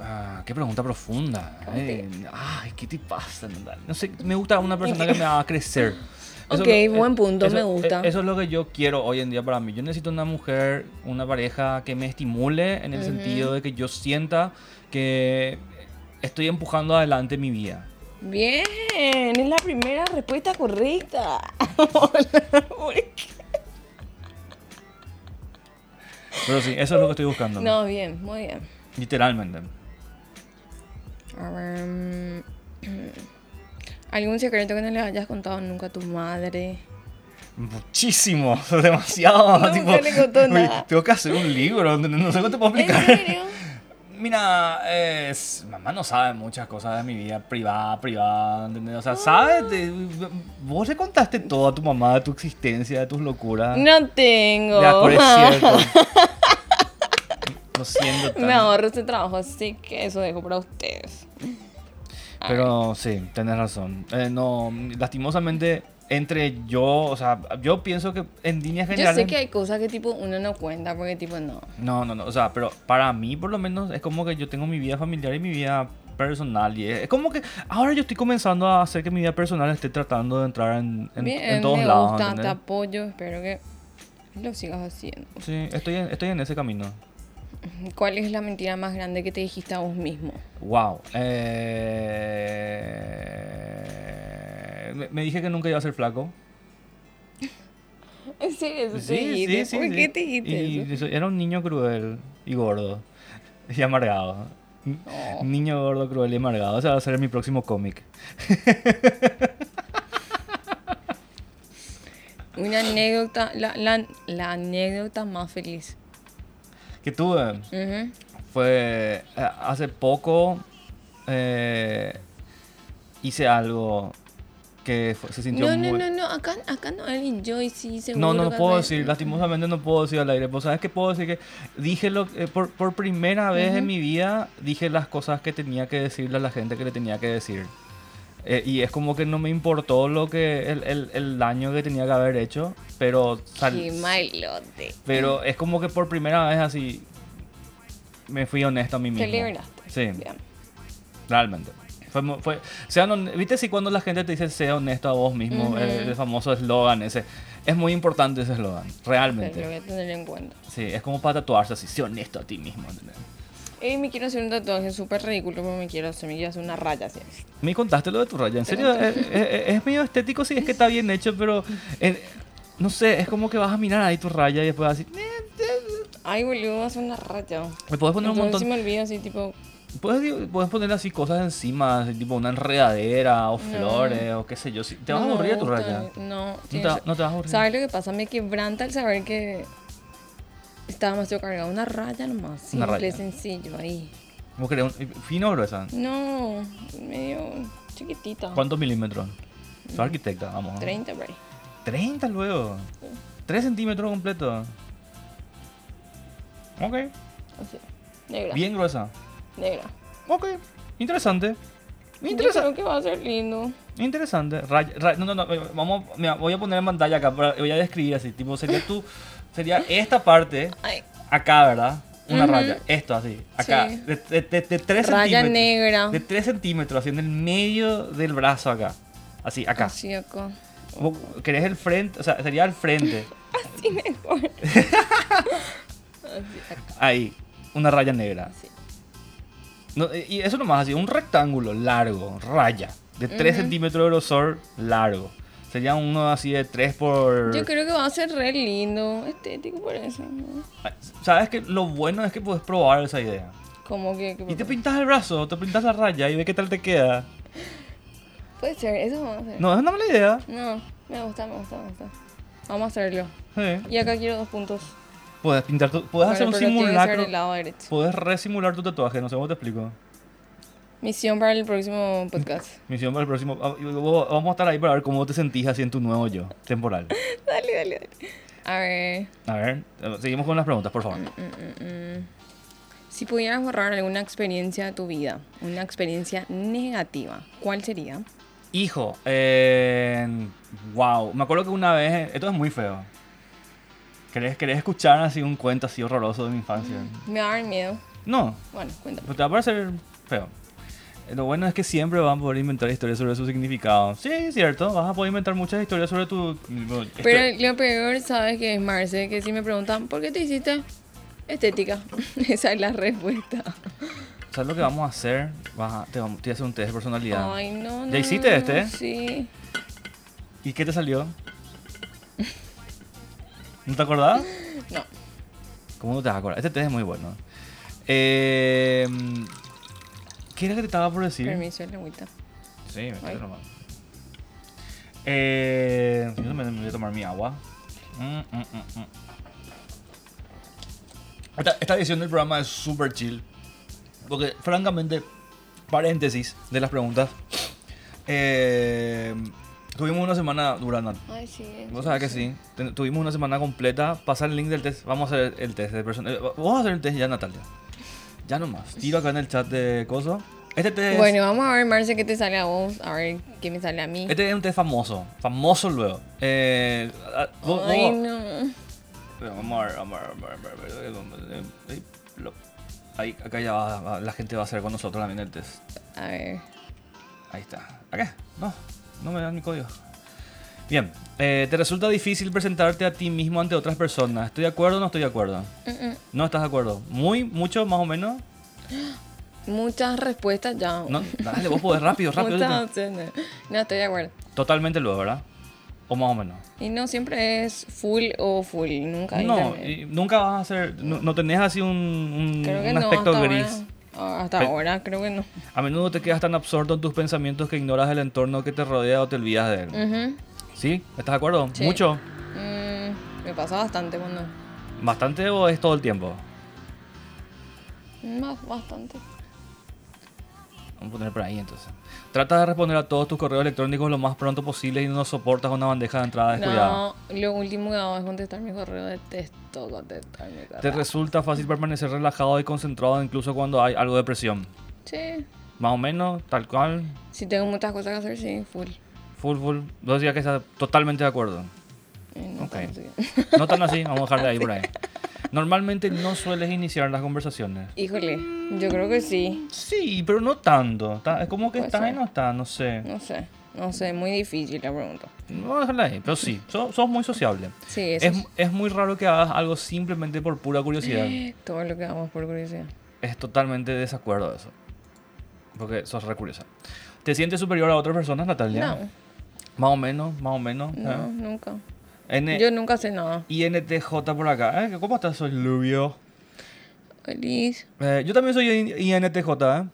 Speaker 1: Ah, qué pregunta profunda.
Speaker 2: ¿Cómo te-
Speaker 1: eh. Ay, ¿qué te pasa? Nandal? No sé, me gusta una persona que me haga crecer.
Speaker 2: Ok, buen punto, me
Speaker 1: eso-
Speaker 2: gusta.
Speaker 1: eh, Eso es lo que yo quiero hoy en día para mí. Yo necesito una mujer, una pareja que me estimule en el sentido de que yo sienta que estoy empujando adelante mi vida.
Speaker 2: Bien, es la primera respuesta correcta. ¿Por qué?
Speaker 1: Pero sí, eso es lo que estoy buscando.
Speaker 2: No, bien, muy bien.
Speaker 1: Literalmente.
Speaker 2: A ver, mm, ¿Algún secreto que no le hayas contado nunca a tu madre?
Speaker 1: Muchísimo, demasiado.
Speaker 2: Nunca
Speaker 1: tipo,
Speaker 2: le contó
Speaker 1: uy,
Speaker 2: nada.
Speaker 1: Tengo que hacer un libro, no- no sé cómo te puedo
Speaker 2: ¿En
Speaker 1: explicar.
Speaker 2: serio?
Speaker 1: Mira, es- mamá no sabe muchas cosas de mi vida privada, privada, ¿entendés? O sea, sabe, te- vos le contaste todo a tu mamá, de tu existencia, de tus locuras.
Speaker 2: No tengo.
Speaker 1: De acuerdo, es Ah. cierto. Lo siento tanto.
Speaker 2: Me ahorro este trabajo, así que eso dejo para ustedes.
Speaker 1: Pero sí, tenés razón. Eh, no, lastimosamente, entre yo, o sea, yo pienso que en líneas
Speaker 2: Yo
Speaker 1: generales...
Speaker 2: sé que hay cosas que tipo uno no cuenta porque tipo no.
Speaker 1: No, no, no. O sea, pero para mí, por lo menos, es como que yo tengo mi vida familiar y mi vida personal. Y es, es como que ahora yo estoy comenzando a hacer que mi vida personal esté tratando de entrar en, en-
Speaker 2: Bien,
Speaker 1: en todos
Speaker 2: me
Speaker 1: lados.
Speaker 2: gusta, te
Speaker 1: ¿entendés?
Speaker 2: apoyo, espero que lo sigas haciendo.
Speaker 1: Sí, estoy en, estoy en ese camino.
Speaker 2: ¿Cuál es la mentira más grande que te dijiste a vos mismo?
Speaker 1: Wow. Eh, Me, me dije que nunca iba a ser flaco.
Speaker 2: ¿En serio? ¿Eso te dijiste? ¿Por
Speaker 1: sí.
Speaker 2: qué te dijiste
Speaker 1: Y
Speaker 2: eso?
Speaker 1: eso- Era un niño cruel y gordo y amargado. Niño gordo, cruel y amargado. Ese va a ser mi próximo cómic.
Speaker 2: Una anécdota, la, la- la anécdota más feliz.
Speaker 1: Que tuve.
Speaker 2: Ujú.
Speaker 1: fue eh, hace poco eh, hice algo que fue- se sintió
Speaker 2: No,
Speaker 1: muy
Speaker 2: no, no, no, acá, acá no, Ellen Joy sí, seguro.
Speaker 1: no, no, no
Speaker 2: que
Speaker 1: puedo
Speaker 2: acá-
Speaker 1: decir, lastimosamente no puedo decir al aire. Pues sabes que puedo decir que dije lo eh, por, por primera vez en mi vida dije las cosas que tenía que decirle a la gente que le tenía que decir. Eh, y es como que no me importó lo que el, el- el daño que tenía que haber hecho, pero sal-
Speaker 2: Qué malote.
Speaker 1: pero es como que por primera vez así me fui honesto a mí mismo.
Speaker 2: Te liberaste.
Speaker 1: Sí.
Speaker 2: Bien.
Speaker 1: Realmente. Fue, mu- fue, sean hon- ¿Viste si cuando la gente te dice sea honesto a vos mismo?
Speaker 2: Ujú.
Speaker 1: el, el famoso eslogan ese. Es muy importante ese eslogan,
Speaker 2: Pero lo
Speaker 1: realmente.
Speaker 2: voy a tener en cuenta.
Speaker 1: Sí, es como para tatuarse así, sé honesto a ti mismo. ¿entendés?
Speaker 2: Y me quiero hacer un tatuaje súper ridículo, pero me quiero hacer, me quiero hacer una raya así.
Speaker 1: Me contaste lo de tu raya, en
Speaker 2: Te
Speaker 1: serio, es, es- es medio estético, sí, es que está bien hecho, pero eh, no sé, es como que vas a mirar ahí tu raya y después así... eh, eh,
Speaker 2: Ay, boludo, hacer una raya.
Speaker 1: le puedes poner un
Speaker 2: Entonces
Speaker 1: montón...
Speaker 2: sí me olvido así, tipo,
Speaker 1: Puedes, puedes poner así cosas encima, así, tipo una enredadera o
Speaker 2: No.
Speaker 1: flores o qué sé yo. si- Te vas
Speaker 2: no
Speaker 1: a
Speaker 2: me
Speaker 1: aburrir de tu
Speaker 2: gusta,
Speaker 1: raya.
Speaker 2: No,
Speaker 1: No
Speaker 2: tienes-
Speaker 1: te, no te vas a aburrir.
Speaker 2: ¿Sabes lo que pasa? Me quebranta el saber que estaba demasiado cargado. Una raya nomás,
Speaker 1: Una
Speaker 2: simple,
Speaker 1: raya.
Speaker 2: sencillo, ahí.
Speaker 1: ¿Vos querés un- fino o gruesa?
Speaker 2: No, medio chiquitita.
Speaker 1: ¿Cuántos milímetros? Soy arquitecta, vamos.
Speaker 2: 30 por ahí.
Speaker 1: 30 luego. 3 centímetros completo. Ok.
Speaker 2: Así. Negra.
Speaker 1: Bien gruesa.
Speaker 2: Negra.
Speaker 1: Ok. Interesante.
Speaker 2: Yo
Speaker 1: Interesante.
Speaker 2: creo que va a ser lindo.
Speaker 1: Interesante. Ray- ray- no, no, no. eh, Vamos, mira, voy a poner en pantalla acá. para- voy a describir así. Tipo, sería tú. Sería esta parte.
Speaker 2: Ay,
Speaker 1: Acá, ¿verdad? Una raya. Esto así. Acá.
Speaker 2: Sí.
Speaker 1: De, de, de- de 3
Speaker 2: Raya
Speaker 1: centímetros.
Speaker 2: negra.
Speaker 1: De 3 centímetros. Así en el medio del brazo acá. Así, acá.
Speaker 2: así acá.
Speaker 1: Vos querés el frente, o sea, sería el frente.
Speaker 2: Así mejor. así acá.
Speaker 1: Ahí, una raya negra.
Speaker 2: Así.
Speaker 1: No, eh, y eso nomás así, un rectángulo largo, raya, de 3 centímetros de grosor, largo. Sería uno así de 3 por...
Speaker 2: Yo creo que va a ser re lindo. Estético por eso. ¿no?
Speaker 1: Ah, Sabes que lo bueno es que puedes probar esa idea.
Speaker 2: Como que.
Speaker 1: Y te pintas el brazo, te pintas la raya y ve qué tal te queda.
Speaker 2: Puede ser, eso vamos a hacer.
Speaker 1: No, es una mala idea.
Speaker 2: No, me gusta, me gusta, me gusta. Vamos a hacerlo.
Speaker 1: Sí.
Speaker 2: Y acá quiero dos puntos.
Speaker 1: Puedes pintar, tu- puedes hacer un
Speaker 2: Bueno, pero tiene que ser
Speaker 1: simulacro.
Speaker 2: del lado derecho.
Speaker 1: Puedes resimular tu tatuaje, no sé cómo te explico.
Speaker 2: Misión para el próximo podcast.
Speaker 1: Misión para el próximo... ah, y luego Vamos a estar ahí para ver cómo te sentís así en tu nuevo yo, temporal.
Speaker 2: dale, dale, dale. A ver, Mm,
Speaker 1: A ver, eh, seguimos con las preguntas, por favor.
Speaker 2: si pudieras borrar alguna experiencia de tu vida, una experiencia negativa, ¿cuál sería?
Speaker 1: Hijo, eh, wow. Me acuerdo que una vez, esto es muy feo. ¿Querés, querés escuchar así un cuento así horroroso de mi infancia?
Speaker 2: Me va a dar miedo.
Speaker 1: No,
Speaker 2: Bueno, cuéntame.
Speaker 1: pero te va a parecer feo. Eh, Lo bueno es que siempre van a poder inventar historias sobre su significado. Sí, es cierto, vas a poder inventar muchas historias sobre tu... bueno, esto-
Speaker 2: Pero lo peor, ¿sabes que es, Marce? Que si me preguntan, ¿por qué te hiciste estética? Esa es la respuesta.
Speaker 1: ¿Sabes lo que vamos a hacer? Vas a- te, vamos- te voy a hacer un test de personalidad.
Speaker 2: Ay, no, no.
Speaker 1: ¿Ya hiciste
Speaker 2: no,
Speaker 1: este?
Speaker 2: Sí.
Speaker 1: ¿Y qué te salió? ¿No te acordás?
Speaker 2: No.
Speaker 1: ¿Cómo no te vas a acordar? Este test es muy bueno. Eh, ¿Qué era que te estaba por decir?
Speaker 2: Permiso, el agüita.
Speaker 1: Sí, me quedo
Speaker 2: Ay.
Speaker 1: nomás. Eh, yo también me voy a tomar mi agua. Mm, mm, mm, mm. Esta, esta edición del programa es súper chill. Porque, francamente, paréntesis de las preguntas. eh, tuvimos una semana durante.
Speaker 2: Ay, sí.
Speaker 1: Vos sabés que sí. Ten- Tuvimos una semana completa. Pasar el link del test. Vamos a hacer el- el test de persona. eh, Vos vas a hacer el test ya, Natalia. Ya nomás. Tiro acá en el chat de cosas. Este test.
Speaker 2: Bueno, vamos a ver, Marce, qué te sale a vos. A ver qué me sale a mí.
Speaker 1: Este es un test famoso, famoso luego. Eh, ah, vos- vos-
Speaker 2: Ay, no.
Speaker 1: Vamos a ver, vamos a ver, vamos a ver, vamos a ver, vamos a ver, ahí, lo- Ahí, acá ya va, va- la gente va a hacer con nosotros también el test.
Speaker 2: A ver.
Speaker 1: Ahí está. Acá, no, no me dan mi código. Bien, eh, ¿te resulta difícil presentarte a ti mismo ante otras personas? ¿Estoy de acuerdo o no estoy de acuerdo?
Speaker 2: Mm,
Speaker 1: ¿No estás de acuerdo? ¿Muy, mucho, más o menos?
Speaker 2: mm. Muchas respuestas ya.
Speaker 1: No, dale, vos podés rápido, rápido.
Speaker 2: Muchas opciones. No, estoy de acuerdo.
Speaker 1: Totalmente luego, ¿verdad? ¿O más o menos?
Speaker 2: Y no siempre es full o full. Nunca hay
Speaker 1: No,
Speaker 2: intermedio.
Speaker 1: y nunca vas a hacer, no, no tenés así un, un-
Speaker 2: Creo que
Speaker 1: un
Speaker 2: no,
Speaker 1: aspecto
Speaker 2: hasta
Speaker 1: gris.
Speaker 2: ahora. Ah, hasta
Speaker 1: Pe-
Speaker 2: ahora creo que no.
Speaker 1: A menudo te quedas tan absorto en tus pensamientos que ignoras el entorno que te rodea o te olvidas de él.
Speaker 2: Ujú.
Speaker 1: ¿Sí? ¿Estás de acuerdo?
Speaker 2: Mm. Sí.
Speaker 1: ¿Mucho?
Speaker 2: Mm, me pasa bastante cuando.
Speaker 1: ¿Bastante o es todo el tiempo?
Speaker 2: Más, bastante.
Speaker 1: Vamos a poner por ahí entonces. Tratas de responder a todos tus correos electrónicos lo más pronto posible y no soportas una bandeja de entrada descuidada.
Speaker 2: No, lo último que hago es contestar mi correo. Detesto contestar mi
Speaker 1: Te
Speaker 2: correo.
Speaker 1: resulta fácil permanecer relajado y concentrado incluso cuando hay algo de presión.
Speaker 2: Sí.
Speaker 1: Más o menos, tal cual,
Speaker 2: Si tengo muchas cosas que hacer, sí, full.
Speaker 1: full, full. Dos días que estás totalmente de acuerdo.
Speaker 2: Y no
Speaker 1: Ok.
Speaker 2: tanto, sí.
Speaker 1: No tan así, vamos a dejar de ahí por ahí. Normalmente no sueles iniciar las conversaciones.
Speaker 2: Híjole, yo creo que sí.
Speaker 1: Sí, pero no tanto. Está- es como que
Speaker 2: Puede
Speaker 1: está y
Speaker 2: ser.
Speaker 1: no está, no sé.
Speaker 2: No sé. No sé, muy difícil la pregunta.
Speaker 1: Vamos a dejarla ahí, pero sí, so- sos muy sociable.
Speaker 2: Sí, Mm. eso
Speaker 1: Es, es muy raro que hagas algo simplemente por pura curiosidad.
Speaker 2: es todo lo que hago es por curiosidad.
Speaker 1: Es totalmente desacuerdo de eso. Porque sos re curiosa. ¿Te sientes superior a otras personas, Natalia?
Speaker 2: No,
Speaker 1: Más o menos, más o menos.
Speaker 2: no,
Speaker 1: ¿eh?
Speaker 2: nunca.
Speaker 1: N-
Speaker 2: Yo nunca sé nada.
Speaker 1: INTJ por acá. ¿eh? ¿Cómo estás? Soy Lubio.
Speaker 2: Feliz.
Speaker 1: Eh, yo también soy I- INTJ. ¿eh?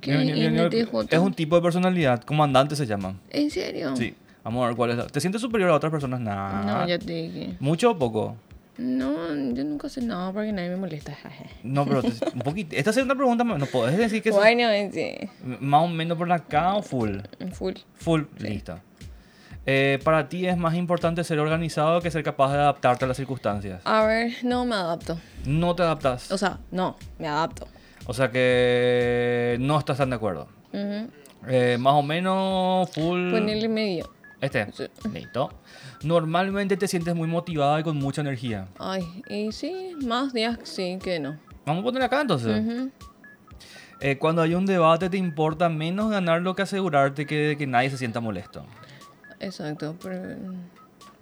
Speaker 2: ¿Qué
Speaker 1: Mi- mi- mi-
Speaker 2: INTJ?
Speaker 1: Es un tipo de personalidad. Comandante se llama.
Speaker 2: ¿En serio?
Speaker 1: Sí. Ah. Vamos a ver cuál es la... ¿Te sientes superior a otras personas? Nah.
Speaker 2: No, ya te dije.
Speaker 1: ¿Mucho o poco?
Speaker 2: No, yo nunca sé nada porque nadie me molesta.
Speaker 1: No, pero te- un poquito. Esta es una pregunta, más- no podés decir que es
Speaker 2: bueno, en sí.
Speaker 1: más o menos por acá o full.
Speaker 2: en Full.
Speaker 1: Full, listo. Eh, para ti es más importante ser organizado que ser capaz de adaptarte a las circunstancias.
Speaker 2: A ver, no me adapto.
Speaker 1: No te adaptas.
Speaker 2: O sea, no, me adapto.
Speaker 1: O sea que no estás tan de acuerdo.
Speaker 2: Ujú.
Speaker 1: Eh, más o menos full.
Speaker 2: Ponerle medio.
Speaker 1: Este.
Speaker 2: Pues Sí.
Speaker 1: Listo. Normalmente te sientes muy motivada y con mucha energía.
Speaker 2: Ay, y sí, más días sí que no.
Speaker 1: Vamos a poner acá entonces.
Speaker 2: Ujú.
Speaker 1: Eh, cuando hay un debate te importa menos ganarlo que asegurarte que, que nadie se sienta molesto.
Speaker 2: Exacto. Pero,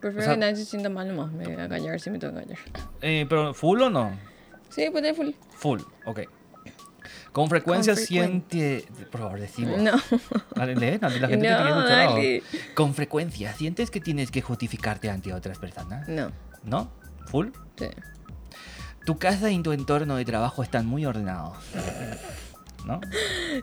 Speaker 2: prefiero
Speaker 1: O sea-
Speaker 2: que nadie se sienta mal nomás. Me voy a callar si me tengo que callar.
Speaker 1: Eh, pero full o no?
Speaker 2: Sí, poner full.
Speaker 1: Full, ok. Con frecuencia
Speaker 2: Con frecuen-
Speaker 1: siente... Por favor, decimos.
Speaker 2: No.
Speaker 1: Dale, lee, Nati, la gente te
Speaker 2: No,
Speaker 1: quiere escuchar.
Speaker 2: dale.
Speaker 1: Con frecuencia sientes que tienes que justificarte ante otras personas.
Speaker 2: No.
Speaker 1: ¿No? Full.
Speaker 2: Sí.
Speaker 1: Tu casa y tu entorno de trabajo están muy ordenados. ¿No?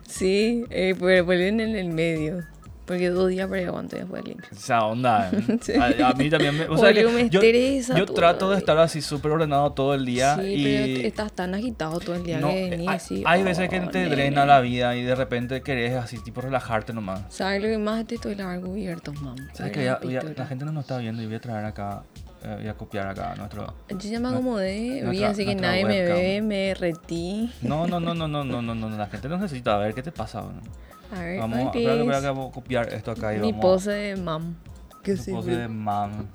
Speaker 2: Sí, eh, pero ponen en el medio. Porque dos días para ahí aguanto y después limpio.
Speaker 1: Esa onda. ¿eh?
Speaker 2: Sí.
Speaker 1: A, a mí también me. o sea que
Speaker 2: Boludo, me
Speaker 1: yo
Speaker 2: estresa
Speaker 1: yo
Speaker 2: todo
Speaker 1: trato de
Speaker 2: el
Speaker 1: estar así súper ordenado todo el día.
Speaker 2: sí,
Speaker 1: y
Speaker 2: pero estás tan agitado todo el día
Speaker 1: no, eh,
Speaker 2: que venís
Speaker 1: hay,
Speaker 2: así.
Speaker 1: hay veces que
Speaker 2: oh,
Speaker 1: te
Speaker 2: nene.
Speaker 1: drena la vida y de repente querés así, tipo, relajarte nomás.
Speaker 2: ¿Sabes lo que más te estoy lavar cubiertos, mamá?
Speaker 1: ¿Sabes que ya, ya la gente no nos está viendo y voy a traer acá, eh, voy a copiar acá nuestro...
Speaker 2: Yo ya me acomodé, vi,
Speaker 1: nuestra-
Speaker 2: así que
Speaker 1: nuestra
Speaker 2: nadie me
Speaker 1: webcam.
Speaker 2: ve, me retí.
Speaker 1: No, no, no, no, no, no, no, no, la gente nos necesita, a ver, ¿qué te pasa? bro?
Speaker 2: A ver,
Speaker 1: Vamos,
Speaker 2: ¿cuál
Speaker 1: espera, que- espera
Speaker 2: es?
Speaker 1: que voy a copiar esto acá y
Speaker 2: Mi
Speaker 1: vamos...
Speaker 2: pose de mam. Que
Speaker 1: tu
Speaker 2: sí,
Speaker 1: pose de mam.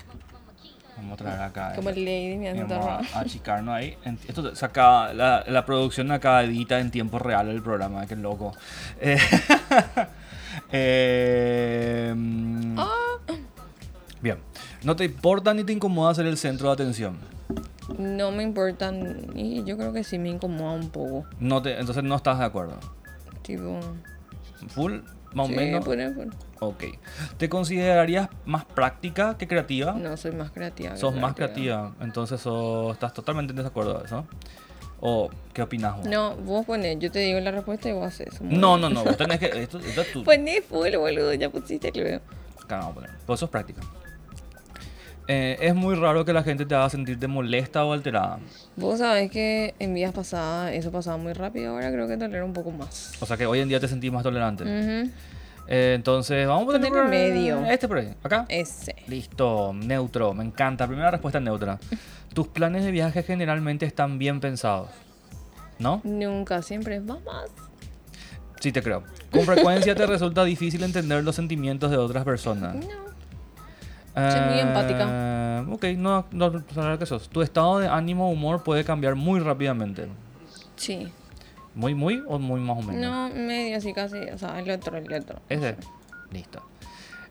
Speaker 1: Vamos a traer acá.
Speaker 2: Como
Speaker 1: eh,
Speaker 2: Lady, me
Speaker 1: y
Speaker 2: hace
Speaker 1: vamos a, a achicarnos ahí. En- Esto saca la, la producción acá edita en tiempo real el programa, qué loco. Eh, eh, mm,
Speaker 2: Ah.
Speaker 1: Bien, no te importa ni te incomoda ser el centro de atención.
Speaker 2: no me importan y yo creo que sí me incomoda un poco.
Speaker 1: No te, entonces no estás de acuerdo.
Speaker 2: Tipo,
Speaker 1: Full, más o
Speaker 2: sí, pues.
Speaker 1: menos.
Speaker 2: por ejemplo,
Speaker 1: Ok. ¿Te considerarías más práctica que creativa?
Speaker 2: no soy más creativa. que
Speaker 1: Sos
Speaker 2: la
Speaker 1: más
Speaker 2: otra.
Speaker 1: creativa, entonces sos- estás totalmente en desacuerdo de eso. ¿O qué opinas vos?
Speaker 2: No, vos ponés, yo te digo la respuesta y vos haces.
Speaker 1: no, no, no, vos tenés que. Esto, esto es tu.
Speaker 2: Ponés full, boludo, ya pusiste, creo.
Speaker 1: Acá vamos a poner. Pues eso es práctica. Eh, es muy raro que la gente te haga sentirte molesta o alterada.
Speaker 2: Vos sabés que en vidas pasadas eso pasaba muy rápido, ahora creo que tolero un poco más.
Speaker 1: O sea que hoy en día te sentís más tolerante.
Speaker 2: Ujú,
Speaker 1: Eh, entonces, vamos a poner.
Speaker 2: Poner en Mm. medio.
Speaker 1: Este por ahí. Acá.
Speaker 2: Ese.
Speaker 1: Listo, neutro, me encanta. Primera respuesta neutra. Tus planes de viaje generalmente están bien pensados. ¿No?
Speaker 2: Nunca, siempre es mamás.
Speaker 1: Sí, te creo. Con frecuencia te resulta difícil entender los sentimientos de otras personas.
Speaker 2: No.
Speaker 1: Soy
Speaker 2: muy empática.
Speaker 1: Ok, no, no, no, que sos. Tu estado de ánimo o humor puede cambiar muy rápidamente.
Speaker 2: Sí.
Speaker 1: Muy, muy o muy más o menos.
Speaker 2: No, medio así casi, o sea, el otro, el otro.
Speaker 1: Ese. Listo.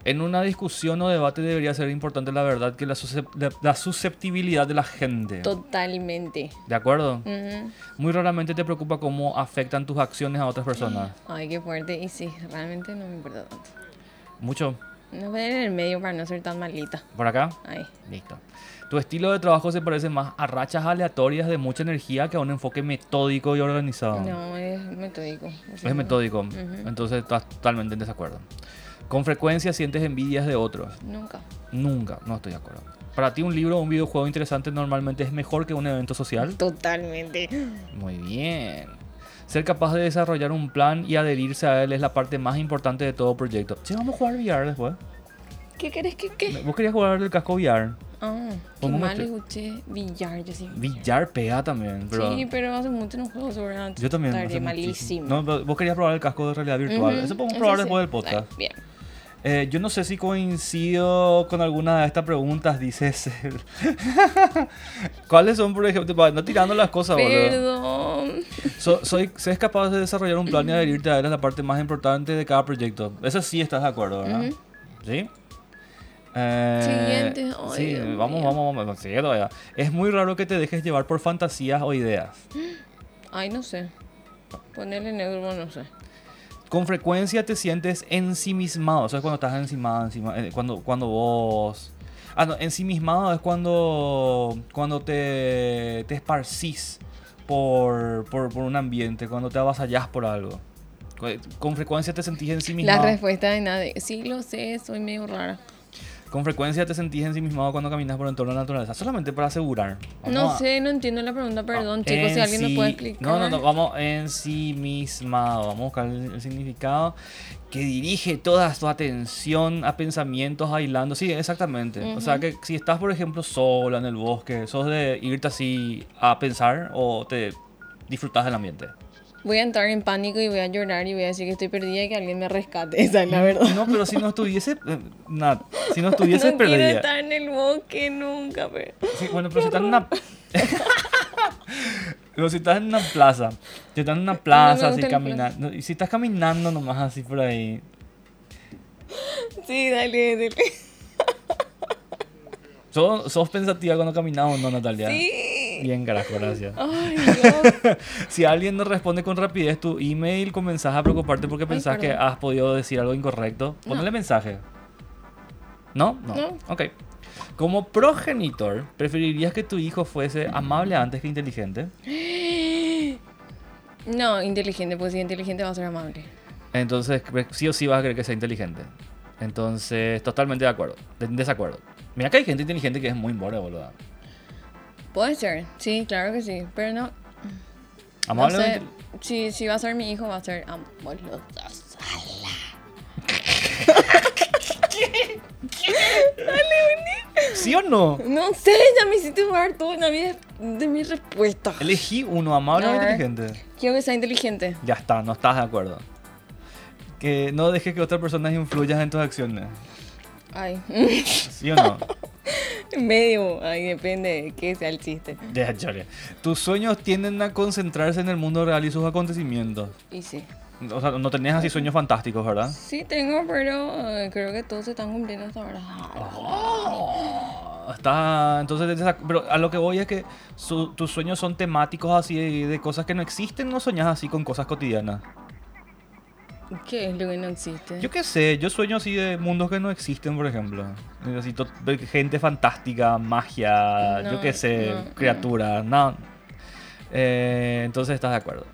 Speaker 1: En una discusión o debate debería ser importante la verdad que la, suscep- la- la susceptibilidad de la gente.
Speaker 2: Totalmente.
Speaker 1: ¿De acuerdo?
Speaker 2: Ujú.
Speaker 1: Muy raramente te preocupa cómo afectan tus acciones a otras personas.
Speaker 2: Ay, qué fuerte. Y sí, realmente no me importa tanto.
Speaker 1: Mucho.
Speaker 2: No voy a ir en el medio para no ser tan malita.
Speaker 1: ¿Por acá?
Speaker 2: Ay.
Speaker 1: Listo. Tu estilo de trabajo se parece más a rachas aleatorias de mucha energía que a un enfoque metódico y organizado.
Speaker 2: No, es Ah. metódico. O sea,
Speaker 1: Es metódico. Entonces estás totalmente en desacuerdo. Con frecuencia sientes envidias de otros.
Speaker 2: Nunca.
Speaker 1: Nunca, no estoy de acuerdo. Para ti un libro o un videojuego interesante normalmente es mejor que un evento social.
Speaker 2: Totalmente.
Speaker 1: Muy bien. Ser capaz de desarrollar un plan y adherirse a él es la parte más importante de todo proyecto. Sí, vamos a jugar VR después.
Speaker 2: ¿Qué querés que qué?
Speaker 1: ¿Vos querías jugar el casco VR?
Speaker 2: Ah, qué
Speaker 1: Pongamos
Speaker 2: mal
Speaker 1: este.
Speaker 2: escuché billar, yo sí.
Speaker 1: VR pega también, pero...
Speaker 2: Sí, pero hace mucho no juego sobre nada.
Speaker 1: Yo también.
Speaker 2: Tardé
Speaker 1: hace
Speaker 2: malísimo.
Speaker 1: muchísimo. No, pero vos querías probar el casco de realidad virtual.
Speaker 2: Ujú,
Speaker 1: Eso podemos probar
Speaker 2: sí.
Speaker 1: después del podcast.
Speaker 2: Ay, bien.
Speaker 1: Eh, yo no sé si coincido con alguna de estas preguntas, dice Cel. ¿Cuáles son, por ejemplo, pa- no tirando las cosas, boludo?
Speaker 2: Perdón.
Speaker 1: So- soy, ¿Ses capaz de desarrollar un plan y adherirte a él? Es la parte más importante de cada proyecto. Eso sí estás de acuerdo, ¿verdad? ¿Sí? Eh,
Speaker 2: Siguiente. Ay,
Speaker 1: sí,
Speaker 2: Dios
Speaker 1: vamos,
Speaker 2: mío.
Speaker 1: vamos, vamos. sigue todavía. Es muy raro que te dejes llevar por fantasías o ideas.
Speaker 2: Ay, no sé. Ponerle negro, no sé.
Speaker 1: con frecuencia te sientes ensimismado. Eso es cuando estás encimado, encima, eh, cuando, cuando vos... Ah, no, ensimismado es cuando, cuando te, te esparcís por, por, por un ambiente, cuando te avasallás por algo. Con- Con frecuencia te sentís
Speaker 2: La
Speaker 1: ensimismado.
Speaker 2: respuesta de nadie. Sí, lo sé, soy medio rara.
Speaker 1: Con frecuencia te sentís ensimismado cuando caminas por el entorno de la naturaleza. Solamente para asegurar. Vamos
Speaker 2: No
Speaker 1: a-
Speaker 2: sé, no entiendo la pregunta, perdón,
Speaker 1: No,
Speaker 2: chicos, si
Speaker 1: Ah, en
Speaker 2: alguien nos
Speaker 1: sí-
Speaker 2: puede explicar.
Speaker 1: No, no, no, vamos en sí misma, vamos a buscar el, el significado que dirige toda tu atención a pensamientos aislando. Sí, exactamente. O sea, que si estás, por ejemplo, sola en el bosque, sos de irte así a pensar o te disfrutas del ambiente.
Speaker 2: Voy a entrar en pánico y voy a llorar y voy a decir que estoy perdida y que alguien me rescate. Esa es la verdad.
Speaker 1: No, pero si no estuviese, eh, Nat, si no estuviese
Speaker 2: no quiero
Speaker 1: perdida.
Speaker 2: estar en el bosque nunca, pero.
Speaker 1: Sí, bueno, pero si estás en una. pero si estás en una plaza, si estás en una plaza así
Speaker 2: gusta el
Speaker 1: caminando, y si estás caminando nomás así por ahí,
Speaker 2: Sí, dale, dale.
Speaker 1: ¿Sos, sos pensativa cuando caminamos, no, Natalia?
Speaker 2: Sí.
Speaker 1: Bien, carajo, gracias.
Speaker 2: Ay, Dios.
Speaker 1: Si alguien no responde con rapidez tu email, comenzás a preocuparte porque pensás que
Speaker 2: perdón.
Speaker 1: has podido decir algo incorrecto. Ponle mensaje. ¿No? ¿No?
Speaker 2: No.
Speaker 1: Ok. Como progenitor, ¿preferirías que tu hijo fuese amable antes que inteligente?
Speaker 2: No, inteligente, pues si es inteligente va a ser amable.
Speaker 1: Entonces, cre- sí o sí vas a creer que sea inteligente. Entonces, totalmente de acuerdo. De- desacuerdo. Mira que hay gente inteligente que es muy embora, boluda.
Speaker 2: Puede ser, sí, claro que sí, pero no. no
Speaker 1: Amable. o
Speaker 2: sé,
Speaker 1: intel-
Speaker 2: si, si va a ser mi hijo, va a ser am- boludo.
Speaker 1: ¿Sí o no?
Speaker 2: No sé, ya me hiciste jugar tú una vida de mi respuesta.
Speaker 1: Elegí uno, amable o
Speaker 2: A ver.
Speaker 1: inteligente.
Speaker 2: Quiero que sea inteligente.
Speaker 1: Ya está, no estás de acuerdo. Que no dejes que otras personas influyan en tus acciones.
Speaker 2: Ay,
Speaker 1: ¿Sí o no?
Speaker 2: medio, ay, depende de qué sea el chiste.
Speaker 1: Ya, chale. Tus sueños tienden a concentrarse en el mundo real y sus acontecimientos.
Speaker 2: Y sí.
Speaker 1: O sea, no tenías así sueños fantásticos, ¿verdad? Oh.
Speaker 2: Sí, tengo, pero eh, creo que todos se están cumpliendo hasta ahora.
Speaker 1: Está, entonces, te sac- pero a lo que voy es que su- tus sueños son temáticos así de, de cosas que no existen, no soñás así con cosas cotidianas.
Speaker 2: ¿Qué es lo que no existe?
Speaker 1: Yo qué sé, yo sueño así de mundos que no existen, por ejemplo. Necesito ver gente fantástica, magia, yo
Speaker 2: No,
Speaker 1: qué sé,
Speaker 2: no, no.
Speaker 1: criaturas, no. Eh, entonces estás de acuerdo.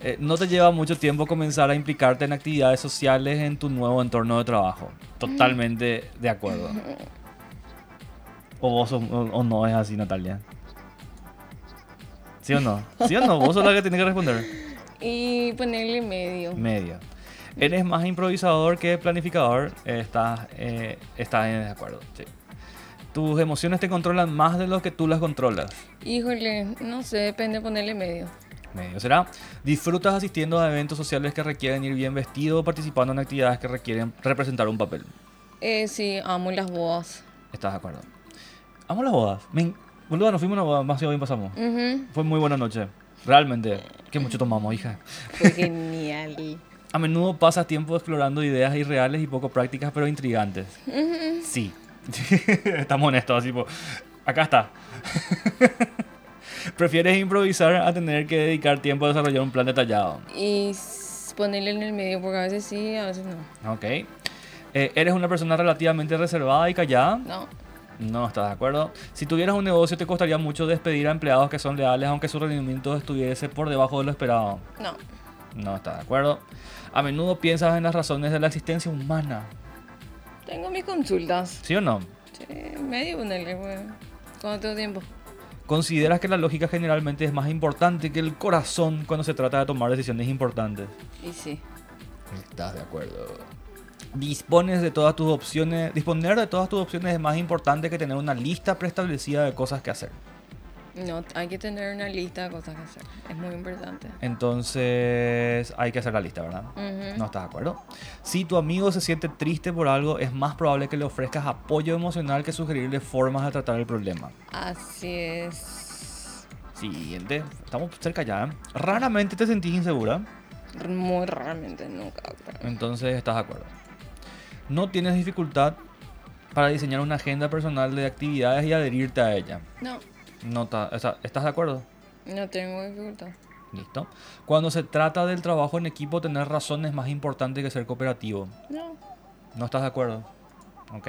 Speaker 1: Eh, no te lleva mucho tiempo comenzar a implicarte en actividades sociales en tu nuevo entorno de trabajo. Totalmente de acuerdo. O vos sos- o, o no es así, Natalia. ¿Sí o no? ¿Sí o no? Vos sos la que tiene que responder.
Speaker 2: Y ponerle medio.
Speaker 1: Medio. Eres más improvisador que planificador. eh, Estás, eh, estás en desacuerdo. sí. Tus emociones te controlan más de lo que tú las controlas.
Speaker 2: Híjole, no sé, depende ponerle medio.
Speaker 1: Medio será. Disfrutas asistiendo a eventos sociales que requieren ir bien vestido o participando en actividades que requieren representar un papel.
Speaker 2: Eh, sí, amo las bodas.
Speaker 1: Estás de acuerdo. Amo las bodas. Me en- Boluda, nos fuimos a una boda. Más bien pasamos.
Speaker 2: Ujú,
Speaker 1: Fue muy buena noche. Realmente. Qué mucho tomamos, hija.
Speaker 2: Fue genial.
Speaker 1: A menudo pasas tiempo explorando ideas irreales y poco prácticas, pero intrigantes. Sí. Estamos honestos, así po- Acá está. Prefieres improvisar a tener que dedicar tiempo a desarrollar un plan detallado.
Speaker 2: Y s- ponerle en el medio, porque a veces sí, a veces no.
Speaker 1: Ok. Eh, ¿Eres una persona relativamente reservada y callada?
Speaker 2: No.
Speaker 1: No, estás de acuerdo. Si tuvieras un negocio, te costaría mucho despedir a empleados que son leales, aunque su rendimiento estuviese por debajo de lo esperado.
Speaker 2: No,
Speaker 1: No, estás de acuerdo. A menudo piensas en las razones de la existencia humana.
Speaker 2: tengo mis consultas.
Speaker 1: ¿Sí o no?
Speaker 2: Sí, medio ponerle, bueno. Cuando tengo tiempo.
Speaker 1: ¿Consideras que la lógica generalmente es más importante que el corazón cuando se trata de tomar decisiones importantes?
Speaker 2: Y sí.
Speaker 1: Estás de acuerdo. Dispones de todas tus opciones. Disponer de todas tus opciones es más importante que tener una lista preestablecida de cosas que hacer.
Speaker 2: No, hay que tener una lista de cosas que hacer. Es muy importante.
Speaker 1: Entonces hay que hacer la lista, ¿verdad?
Speaker 2: Ujú.
Speaker 1: ¿No estás de acuerdo? Si tu amigo se siente triste por algo, es más probable que le ofrezcas apoyo emocional que sugerirle formas de tratar el problema.
Speaker 2: Así es.
Speaker 1: Siguiente. Estamos cerca ya. ¿eh? Raramente te sentís insegura.
Speaker 2: Muy raramente, nunca. pero-
Speaker 1: Entonces, ¿estás de acuerdo? No tienes dificultad para diseñar una agenda personal de actividades y adherirte a ella.
Speaker 2: No,
Speaker 1: No ta- o sea, ¿Estás de acuerdo?
Speaker 2: no tengo dificultad.
Speaker 1: Listo. Cuando se trata del trabajo en equipo, tener razón es más importante que ser cooperativo.
Speaker 2: No,
Speaker 1: ¿No estás de acuerdo? Ok.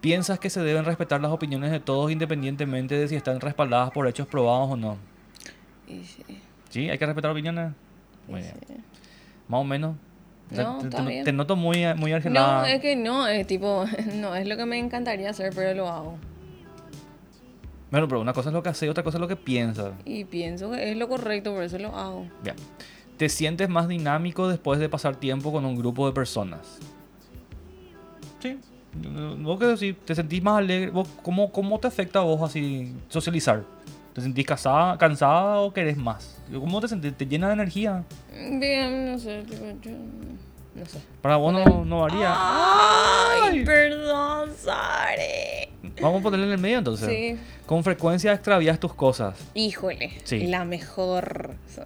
Speaker 1: ¿Piensas que se deben respetar las opiniones de todos independientemente de si están respaldadas por hechos probados o no?
Speaker 2: y sí.
Speaker 1: ¿Sí? ¿Hay que respetar opiniones? Muy
Speaker 2: y
Speaker 1: bien.
Speaker 2: sí.
Speaker 1: Más o menos. O sea,
Speaker 2: No,
Speaker 1: te, te-
Speaker 2: está bien.
Speaker 1: te noto muy, muy argelada.
Speaker 2: No, es que no, es tipo, no es lo que me encantaría hacer, pero lo hago.
Speaker 1: Bueno, pero una cosa es lo que hace y otra cosa es lo que piensa.
Speaker 2: Y pienso que es lo correcto, por eso lo hago.
Speaker 1: Bien. Te sientes más dinámico después de pasar tiempo con un grupo de personas. Sí. Vos qué decís, te sentís más alegre. ¿Vos cómo, ¿Cómo te afecta a vos así socializar? ¿Te sentís casada, cansada o querés más? ¿Cómo te sentís? ¿Te llena de energía?
Speaker 2: Bien, no sé, tipo, yo no sé.
Speaker 1: Para vos no, no varía.
Speaker 2: Ay, perdón, Sare.
Speaker 1: Vamos a ponerle en el medio entonces.
Speaker 2: Sí.
Speaker 1: Con frecuencia extravías tus cosas.
Speaker 2: Híjole,
Speaker 1: Sí.
Speaker 2: la mejor soy.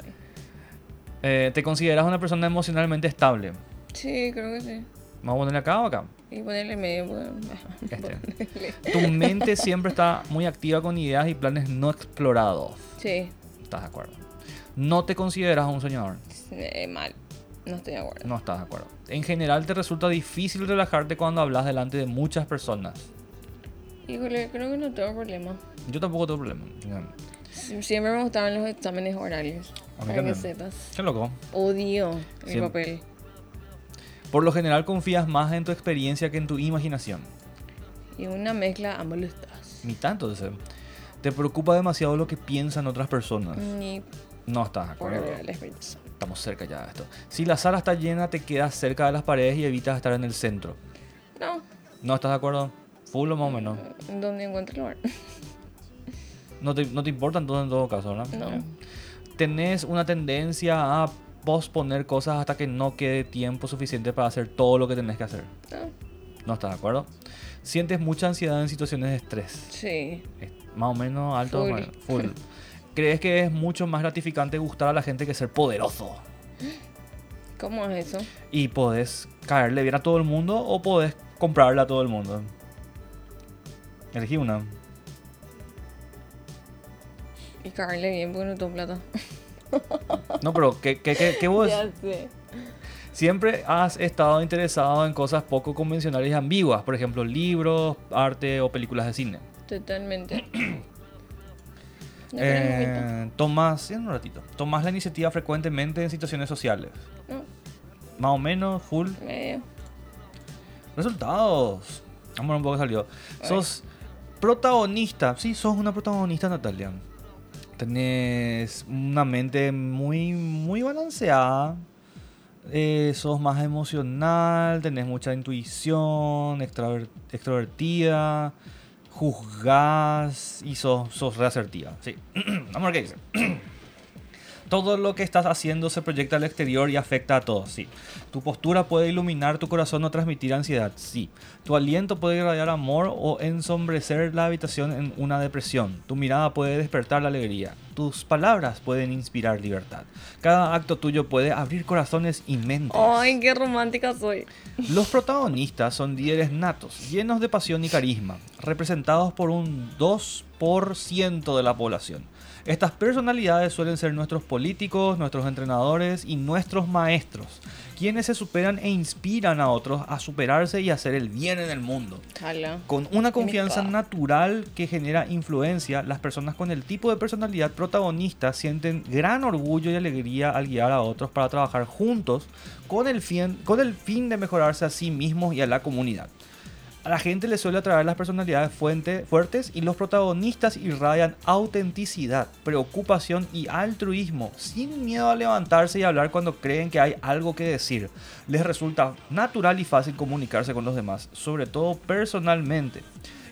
Speaker 1: Eh, ¿Te consideras una persona emocionalmente estable?
Speaker 2: Sí, creo que sí.
Speaker 1: ¿Vamos a ponerle acá o acá?
Speaker 2: Y ponerle medio, pues,
Speaker 1: Este.
Speaker 2: ponerle.
Speaker 1: Tu mente siempre está muy activa con ideas y planes no explorados.
Speaker 2: Sí,
Speaker 1: ¿Estás de acuerdo? No te consideras un soñador.
Speaker 2: eh, mal. No estoy de acuerdo.
Speaker 1: No estás de acuerdo. En general te resulta difícil relajarte cuando hablas delante de muchas personas.
Speaker 2: Híjole, creo que no tengo problema.
Speaker 1: Yo tampoco tengo problema.
Speaker 2: Sie- Siempre me gustaban los exámenes orales.
Speaker 1: A mí
Speaker 2: Para que
Speaker 1: también.
Speaker 2: sepas.
Speaker 1: Qué loco.
Speaker 2: Odio el
Speaker 1: Siempre.
Speaker 2: papel.
Speaker 1: Por lo general confías más en tu experiencia que en tu imaginación.
Speaker 2: Y una mezcla, ambos los dos.
Speaker 1: Ni tanto de ser. Te preocupa demasiado lo que piensan otras personas.
Speaker 2: Ni
Speaker 1: No estás Ah, de
Speaker 2: por
Speaker 1: acuerdo.
Speaker 2: la experiencia.
Speaker 1: Estamos cerca ya de esto. Si la sala está llena, te quedas cerca de las paredes y evitas estar en el centro.
Speaker 2: No,
Speaker 1: ¿No estás de acuerdo? Full o más o menos.
Speaker 2: donde encuentre el lugar.
Speaker 1: No te, no te importa entonces en todo caso, ¿verdad?
Speaker 2: No.
Speaker 1: Eh. Tenés una tendencia a posponer cosas hasta que no quede tiempo suficiente para hacer todo lo que tenés que hacer.
Speaker 2: No,
Speaker 1: ¿No estás de acuerdo? Sientes mucha ansiedad en situaciones de estrés.
Speaker 2: sí.
Speaker 1: Es más o menos alto.
Speaker 2: Full.
Speaker 1: bueno, full. ¿Crees que es mucho más gratificante gustar a la gente que ser poderoso?
Speaker 2: ¿Cómo es eso?
Speaker 1: Y podés caerle bien a todo el mundo o podés comprarle a todo el mundo. Elegí una.
Speaker 2: Y cagarle bien porque no tengo plata.
Speaker 1: No, pero ¿qué, qué, qué, qué vos?
Speaker 2: Ya sé.
Speaker 1: Siempre has estado interesado en cosas poco convencionales y ambiguas, por ejemplo, libros, arte o películas de cine.
Speaker 2: Totalmente. No queremos
Speaker 1: Eh, tomas, en un ratito, tomas la iniciativa frecuentemente en situaciones sociales.
Speaker 2: gritar.
Speaker 1: Más o menos, full.
Speaker 2: No, medio.
Speaker 1: Resultados. Vamos a ver un poco qué salió. Sos protagonista. Sí, sos una protagonista, Natalia. Tenés una mente muy, muy balanceada. Eh, sos más emocional, tenés mucha intuición, extraver- extrovertida, juzgás y sos, sos reasertiva. Sí. Vamos a ver qué dice. Todo lo que estás haciendo se proyecta al exterior y afecta a todos, sí. Tu postura puede iluminar tu corazón o transmitir ansiedad, sí. Tu aliento puede irradiar amor o ensombrecer la habitación en una depresión. Tu mirada puede despertar la alegría. Tus palabras pueden inspirar libertad. Cada acto tuyo puede abrir corazones y mentes.
Speaker 2: Ay, qué romántica soy.
Speaker 1: Los protagonistas son líderes natos, llenos de pasión y carisma, representados por un 2% de la población. Estas personalidades suelen ser nuestros políticos, nuestros entrenadores y nuestros maestros, quienes se superan e inspiran a otros a superarse y hacer el bien en el mundo.
Speaker 2: Jala.
Speaker 1: Con una confianza natural que genera influencia, las personas con el tipo de personalidad protagonista sienten gran orgullo y alegría al guiar a otros para trabajar juntos con el fin, con el fin de mejorarse a sí mismos y a la comunidad. A la gente le suele atraer las personalidades fuente- fuertes y los protagonistas irradian autenticidad, preocupación y altruismo, sin miedo a levantarse y hablar cuando creen que hay algo que decir. Les resulta natural y fácil comunicarse con los demás, sobre todo personalmente.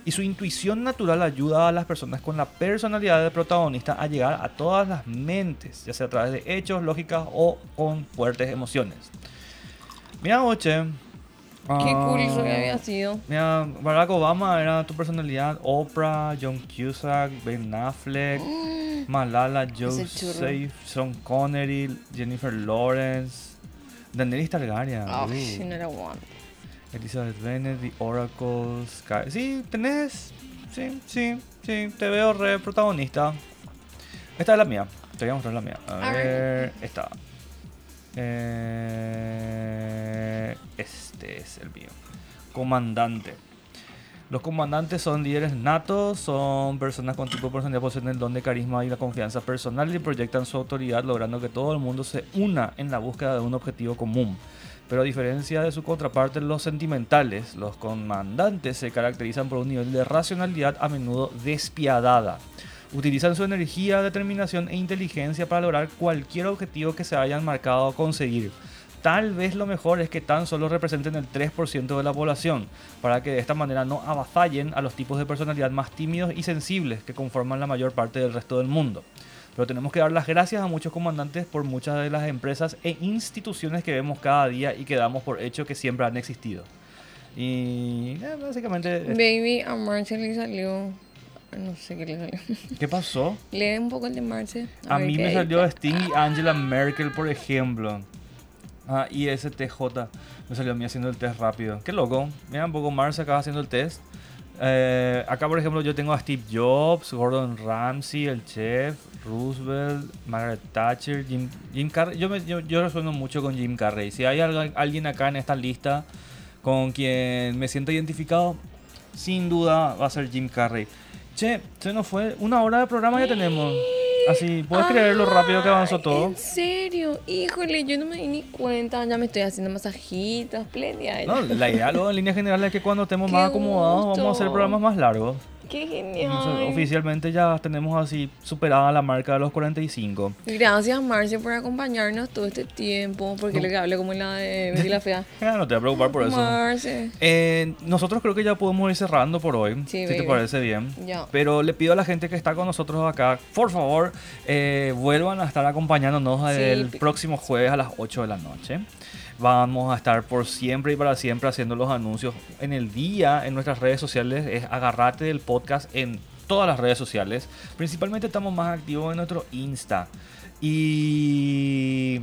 Speaker 1: Y su intuición natural ayuda a las personas con la personalidad de protagonista a llegar a todas las mentes, ya sea a través de hechos, lógicas o con fuertes emociones. Mira, Oche.
Speaker 2: Qué
Speaker 1: Ah.
Speaker 2: cool soy había sido.
Speaker 1: Mira, Barack Obama era tu personalidad, Oprah, John Cusack, Ben Affleck, Malala,
Speaker 2: Ese churro.
Speaker 1: Joseph, Sean Connery, Jennifer Lawrence, Daenerys Targaryen,
Speaker 2: Ay, no era guante.
Speaker 1: Elizabeth Bennet, The Oracle, Sky... Sí, tenés... Sí, sí, sí, te veo re protagonista. Esta es la mía, te voy a mostrar la mía. A
Speaker 2: Alright.
Speaker 1: ver, esta. Eh, este es el mío. Comandante. Los comandantes son líderes natos, son personas con tipo de personalidad, poseen el don de carisma y la confianza personal y proyectan su autoridad logrando que todo el mundo se una en la búsqueda de un objetivo común. Pero a diferencia de su contraparte, los sentimentales, los comandantes se caracterizan por un nivel de racionalidad a menudo despiadada. Utilizan su energía, determinación e inteligencia para lograr cualquier objetivo que se hayan marcado conseguir. Tal vez lo mejor es que tan solo representen el 3% de la población, para que de esta manera no avasallen a los tipos de personalidad más tímidos y sensibles que conforman la mayor parte del resto del mundo. Pero tenemos que dar las gracias a muchos comandantes por muchas de las empresas e instituciones que vemos cada día y que damos por hecho que siempre han existido. Y eh, básicamente...
Speaker 2: Baby, a Marce le salió. No sé qué le salió.
Speaker 1: ¿Qué pasó?
Speaker 2: Lee un poco el de Marce.
Speaker 1: A
Speaker 2: ver
Speaker 1: mí
Speaker 2: qué
Speaker 1: me
Speaker 2: hay.
Speaker 1: salió Sting y Angela Merkel, por ejemplo. Ah, y STJ. Me salió a mí haciendo el test rápido. Qué loco. Mira, un poco Mars acaba haciendo el test. Eh, acá, por ejemplo, yo tengo a Steve Jobs, Gordon Ramsay, el chef, Roosevelt, Margaret Thatcher, Jim, Jim Carrey. Yo, me, yo, yo resueno mucho con Jim Carrey. Si hay alga- alguien acá en esta lista con quien me siento identificado, sin duda va a ser Jim Carrey. Che, se nos fue una hora de programa ya tenemos. Así, ¿puedes creer lo rápido que avanzó
Speaker 2: Ay,
Speaker 1: todo?
Speaker 2: En serio, híjole, yo no me di ni cuenta. Ya me estoy haciendo masajitos, plenia.
Speaker 1: No, la idea luego en línea general es que cuando estemos
Speaker 2: Qué
Speaker 1: más acomodados
Speaker 2: gusto.
Speaker 1: vamos a hacer programas más largos.
Speaker 2: Qué
Speaker 1: Entonces,
Speaker 2: genial.
Speaker 1: oficialmente ya tenemos así superada la marca de los 45.
Speaker 2: Gracias, Marce, por acompañarnos todo este tiempo. Porque lo que hablé como la de Betty la Fea.
Speaker 1: Ah, no te voy a preocupar por eso.
Speaker 2: Marce.
Speaker 1: Eh, nosotros creo que ya podemos ir cerrando por hoy,
Speaker 2: Sí,
Speaker 1: si te
Speaker 2: baby.
Speaker 1: parece bien.
Speaker 2: Ya.
Speaker 1: Pero le pido a la gente que está con nosotros acá, por favor, eh, vuelvan a estar acompañándonos
Speaker 2: Sí,
Speaker 1: el
Speaker 2: pi-
Speaker 1: próximo jueves a las 8 de la noche. Vamos a estar por siempre y para siempre haciendo los anuncios en el día en nuestras redes sociales. Es agarrate del podcast en todas las redes sociales. Principalmente estamos más activos en nuestro Insta. Y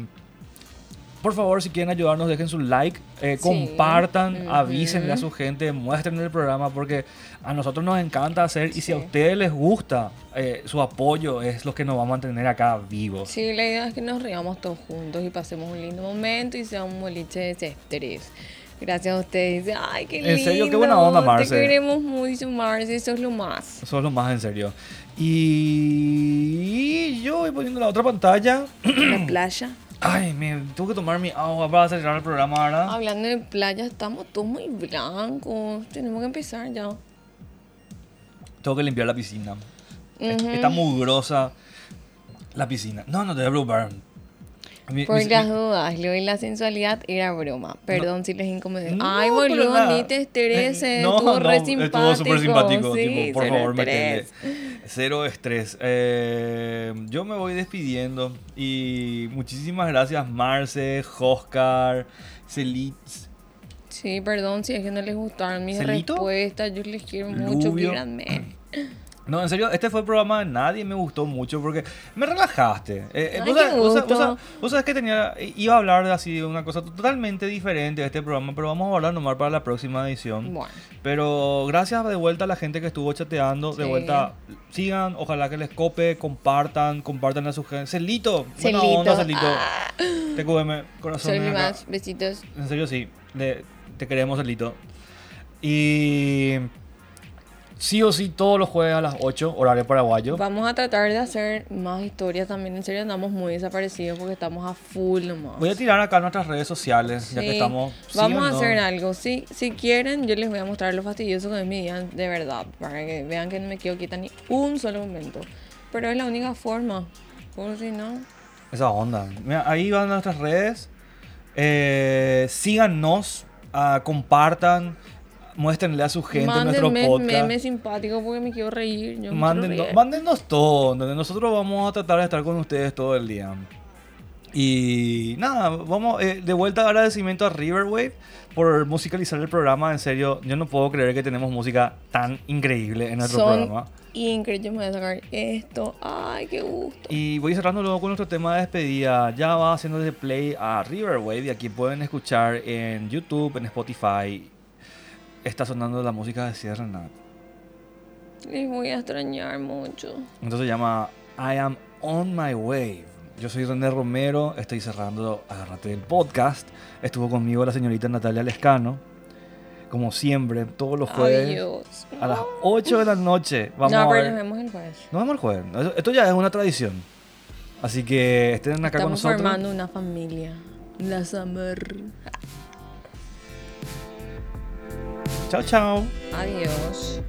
Speaker 1: Por favor, si quieren ayudarnos, dejen su like, eh,
Speaker 2: Sí.
Speaker 1: compartan,
Speaker 2: Ujú.
Speaker 1: avísenle a su gente, muestren el programa, porque a nosotros nos encanta hacer y si a
Speaker 2: Sí.
Speaker 1: ustedes les gusta, eh, su apoyo es lo que nos va a mantener acá vivos.
Speaker 2: Sí, la idea es que nos riamos todos juntos y pasemos un lindo momento y sea un boliche de césteres. Gracias a ustedes. Dice, Ay, qué
Speaker 1: En
Speaker 2: lindo.
Speaker 1: serio, qué buena onda, Marce.
Speaker 2: Te queremos mucho, Marce. Eso es lo más.
Speaker 1: Eso es lo más en serio. Y yo voy poniendo la otra pantalla.
Speaker 2: la playa.
Speaker 1: Ay, me tengo que tomar mi agua para cerrar el programa ahora.
Speaker 2: Hablando de playa, estamos todos muy blancos. Tenemos que empezar ya.
Speaker 1: Tengo que limpiar la piscina. Es- Está mugrosa la piscina. No, no te voy a preocupar. Mi-
Speaker 2: Por
Speaker 1: mi-
Speaker 2: las dudas, lo de la sensualidad era broma. Perdón si les incomodé.
Speaker 1: No,
Speaker 2: Ay,
Speaker 1: para
Speaker 2: boludo,
Speaker 1: nada.
Speaker 2: ni te estreses.
Speaker 1: Eh, no,
Speaker 2: estuvo re
Speaker 1: no,
Speaker 2: simpático.
Speaker 1: Estuvo súper simpático.
Speaker 2: Sí,
Speaker 1: tipo, por
Speaker 2: cero
Speaker 1: favor, métele.
Speaker 2: estrés.
Speaker 1: Cero estrés. Eh, yo me voy despidiendo. Y muchísimas gracias, Marce, Oscar, Celit.
Speaker 2: Sí, perdón si es que no les gustaron mis
Speaker 1: ¿Celito?
Speaker 2: respuestas. Yo les quiero mucho,
Speaker 1: Lubio.
Speaker 2: quíranme.
Speaker 1: No, en serio, este fue el programa de nadie me gustó mucho porque me relajaste. Eh, eh,
Speaker 2: Ay,
Speaker 1: vos,
Speaker 2: qué
Speaker 1: sabés, vos sabés- vos
Speaker 2: gusto.
Speaker 1: sabés- vos sabés que tenía, iba a hablar de así de una cosa totalmente diferente de este programa, pero vamos a hablar nomás para la próxima edición.
Speaker 2: Bueno,
Speaker 1: Pero gracias de vuelta a la gente que estuvo chateando. De
Speaker 2: Sí.
Speaker 1: vuelta, sigan, ojalá que les cope, compartan, compartan a su gente. Celito, buena
Speaker 2: Celito, Ah.
Speaker 1: onda, Celito. TQM, corazón.
Speaker 2: soy más. Besitos.
Speaker 1: En serio, sí. Le- te queremos, Celito. Y. Sí o sí, todos los jueves a las 8, horario paraguayo.
Speaker 2: Vamos a tratar de hacer más historias también. En serio, andamos muy desaparecidos porque estamos a full nomás.
Speaker 1: Voy a tirar acá nuestras redes sociales, ya que
Speaker 2: Sí.
Speaker 1: estamos.
Speaker 2: Vamos a hacer
Speaker 1: algo.
Speaker 2: algo. Sí, si quieren, yo les voy a mostrar lo fastidioso que es mi día de verdad. Para que vean que no me quedo quieta ni un solo momento. Pero es la única forma. Por si no.
Speaker 1: Esa onda. Mira, ahí van nuestras redes. Eh, síganos, ah, compartan, muéstrenle a su gente nuestro
Speaker 2: Mándenme
Speaker 1: podcast.
Speaker 2: memes simpáticos porque me quiero reír. Yo me quiero
Speaker 1: Mándennos,
Speaker 2: reír.
Speaker 1: mándennos todo. ¿entendés? Nosotros vamos a tratar de estar con ustedes todo el día. Y nada, vamos eh, de vuelta agradecimiento a Riverwave por musicalizar el programa. En serio, yo no puedo creer que tenemos música tan increíble en nuestro
Speaker 2: Son
Speaker 1: programa.
Speaker 2: increíbles. Yo me voy a sacar esto. Ay, qué gusto.
Speaker 1: Y voy cerrando luego con nuestro tema de despedida. Ya va haciendo de play a Riverwave y aquí pueden escuchar en YouTube, en Spotify. Está sonando la música de Sierra Nat.
Speaker 2: Les voy a extrañar mucho.
Speaker 1: Entonces se llama I Am On My Way. Yo soy René Romero, estoy cerrando Agárrate el podcast. Estuvo conmigo la señorita Natalia Lescano. Como siempre, todos los jueves
Speaker 2: Adiós.
Speaker 1: a las 8 de la noche. Vamos
Speaker 2: no,
Speaker 1: a
Speaker 2: pero
Speaker 1: ver.
Speaker 2: nos vemos el jueves.
Speaker 1: Nos vemos el jueves. Eso- Esto ya es una tradición. Así que estén acá
Speaker 2: Estamos
Speaker 1: con nosotros.
Speaker 2: formando una familia. La Summer.
Speaker 1: Chao, chao.
Speaker 2: Adiós.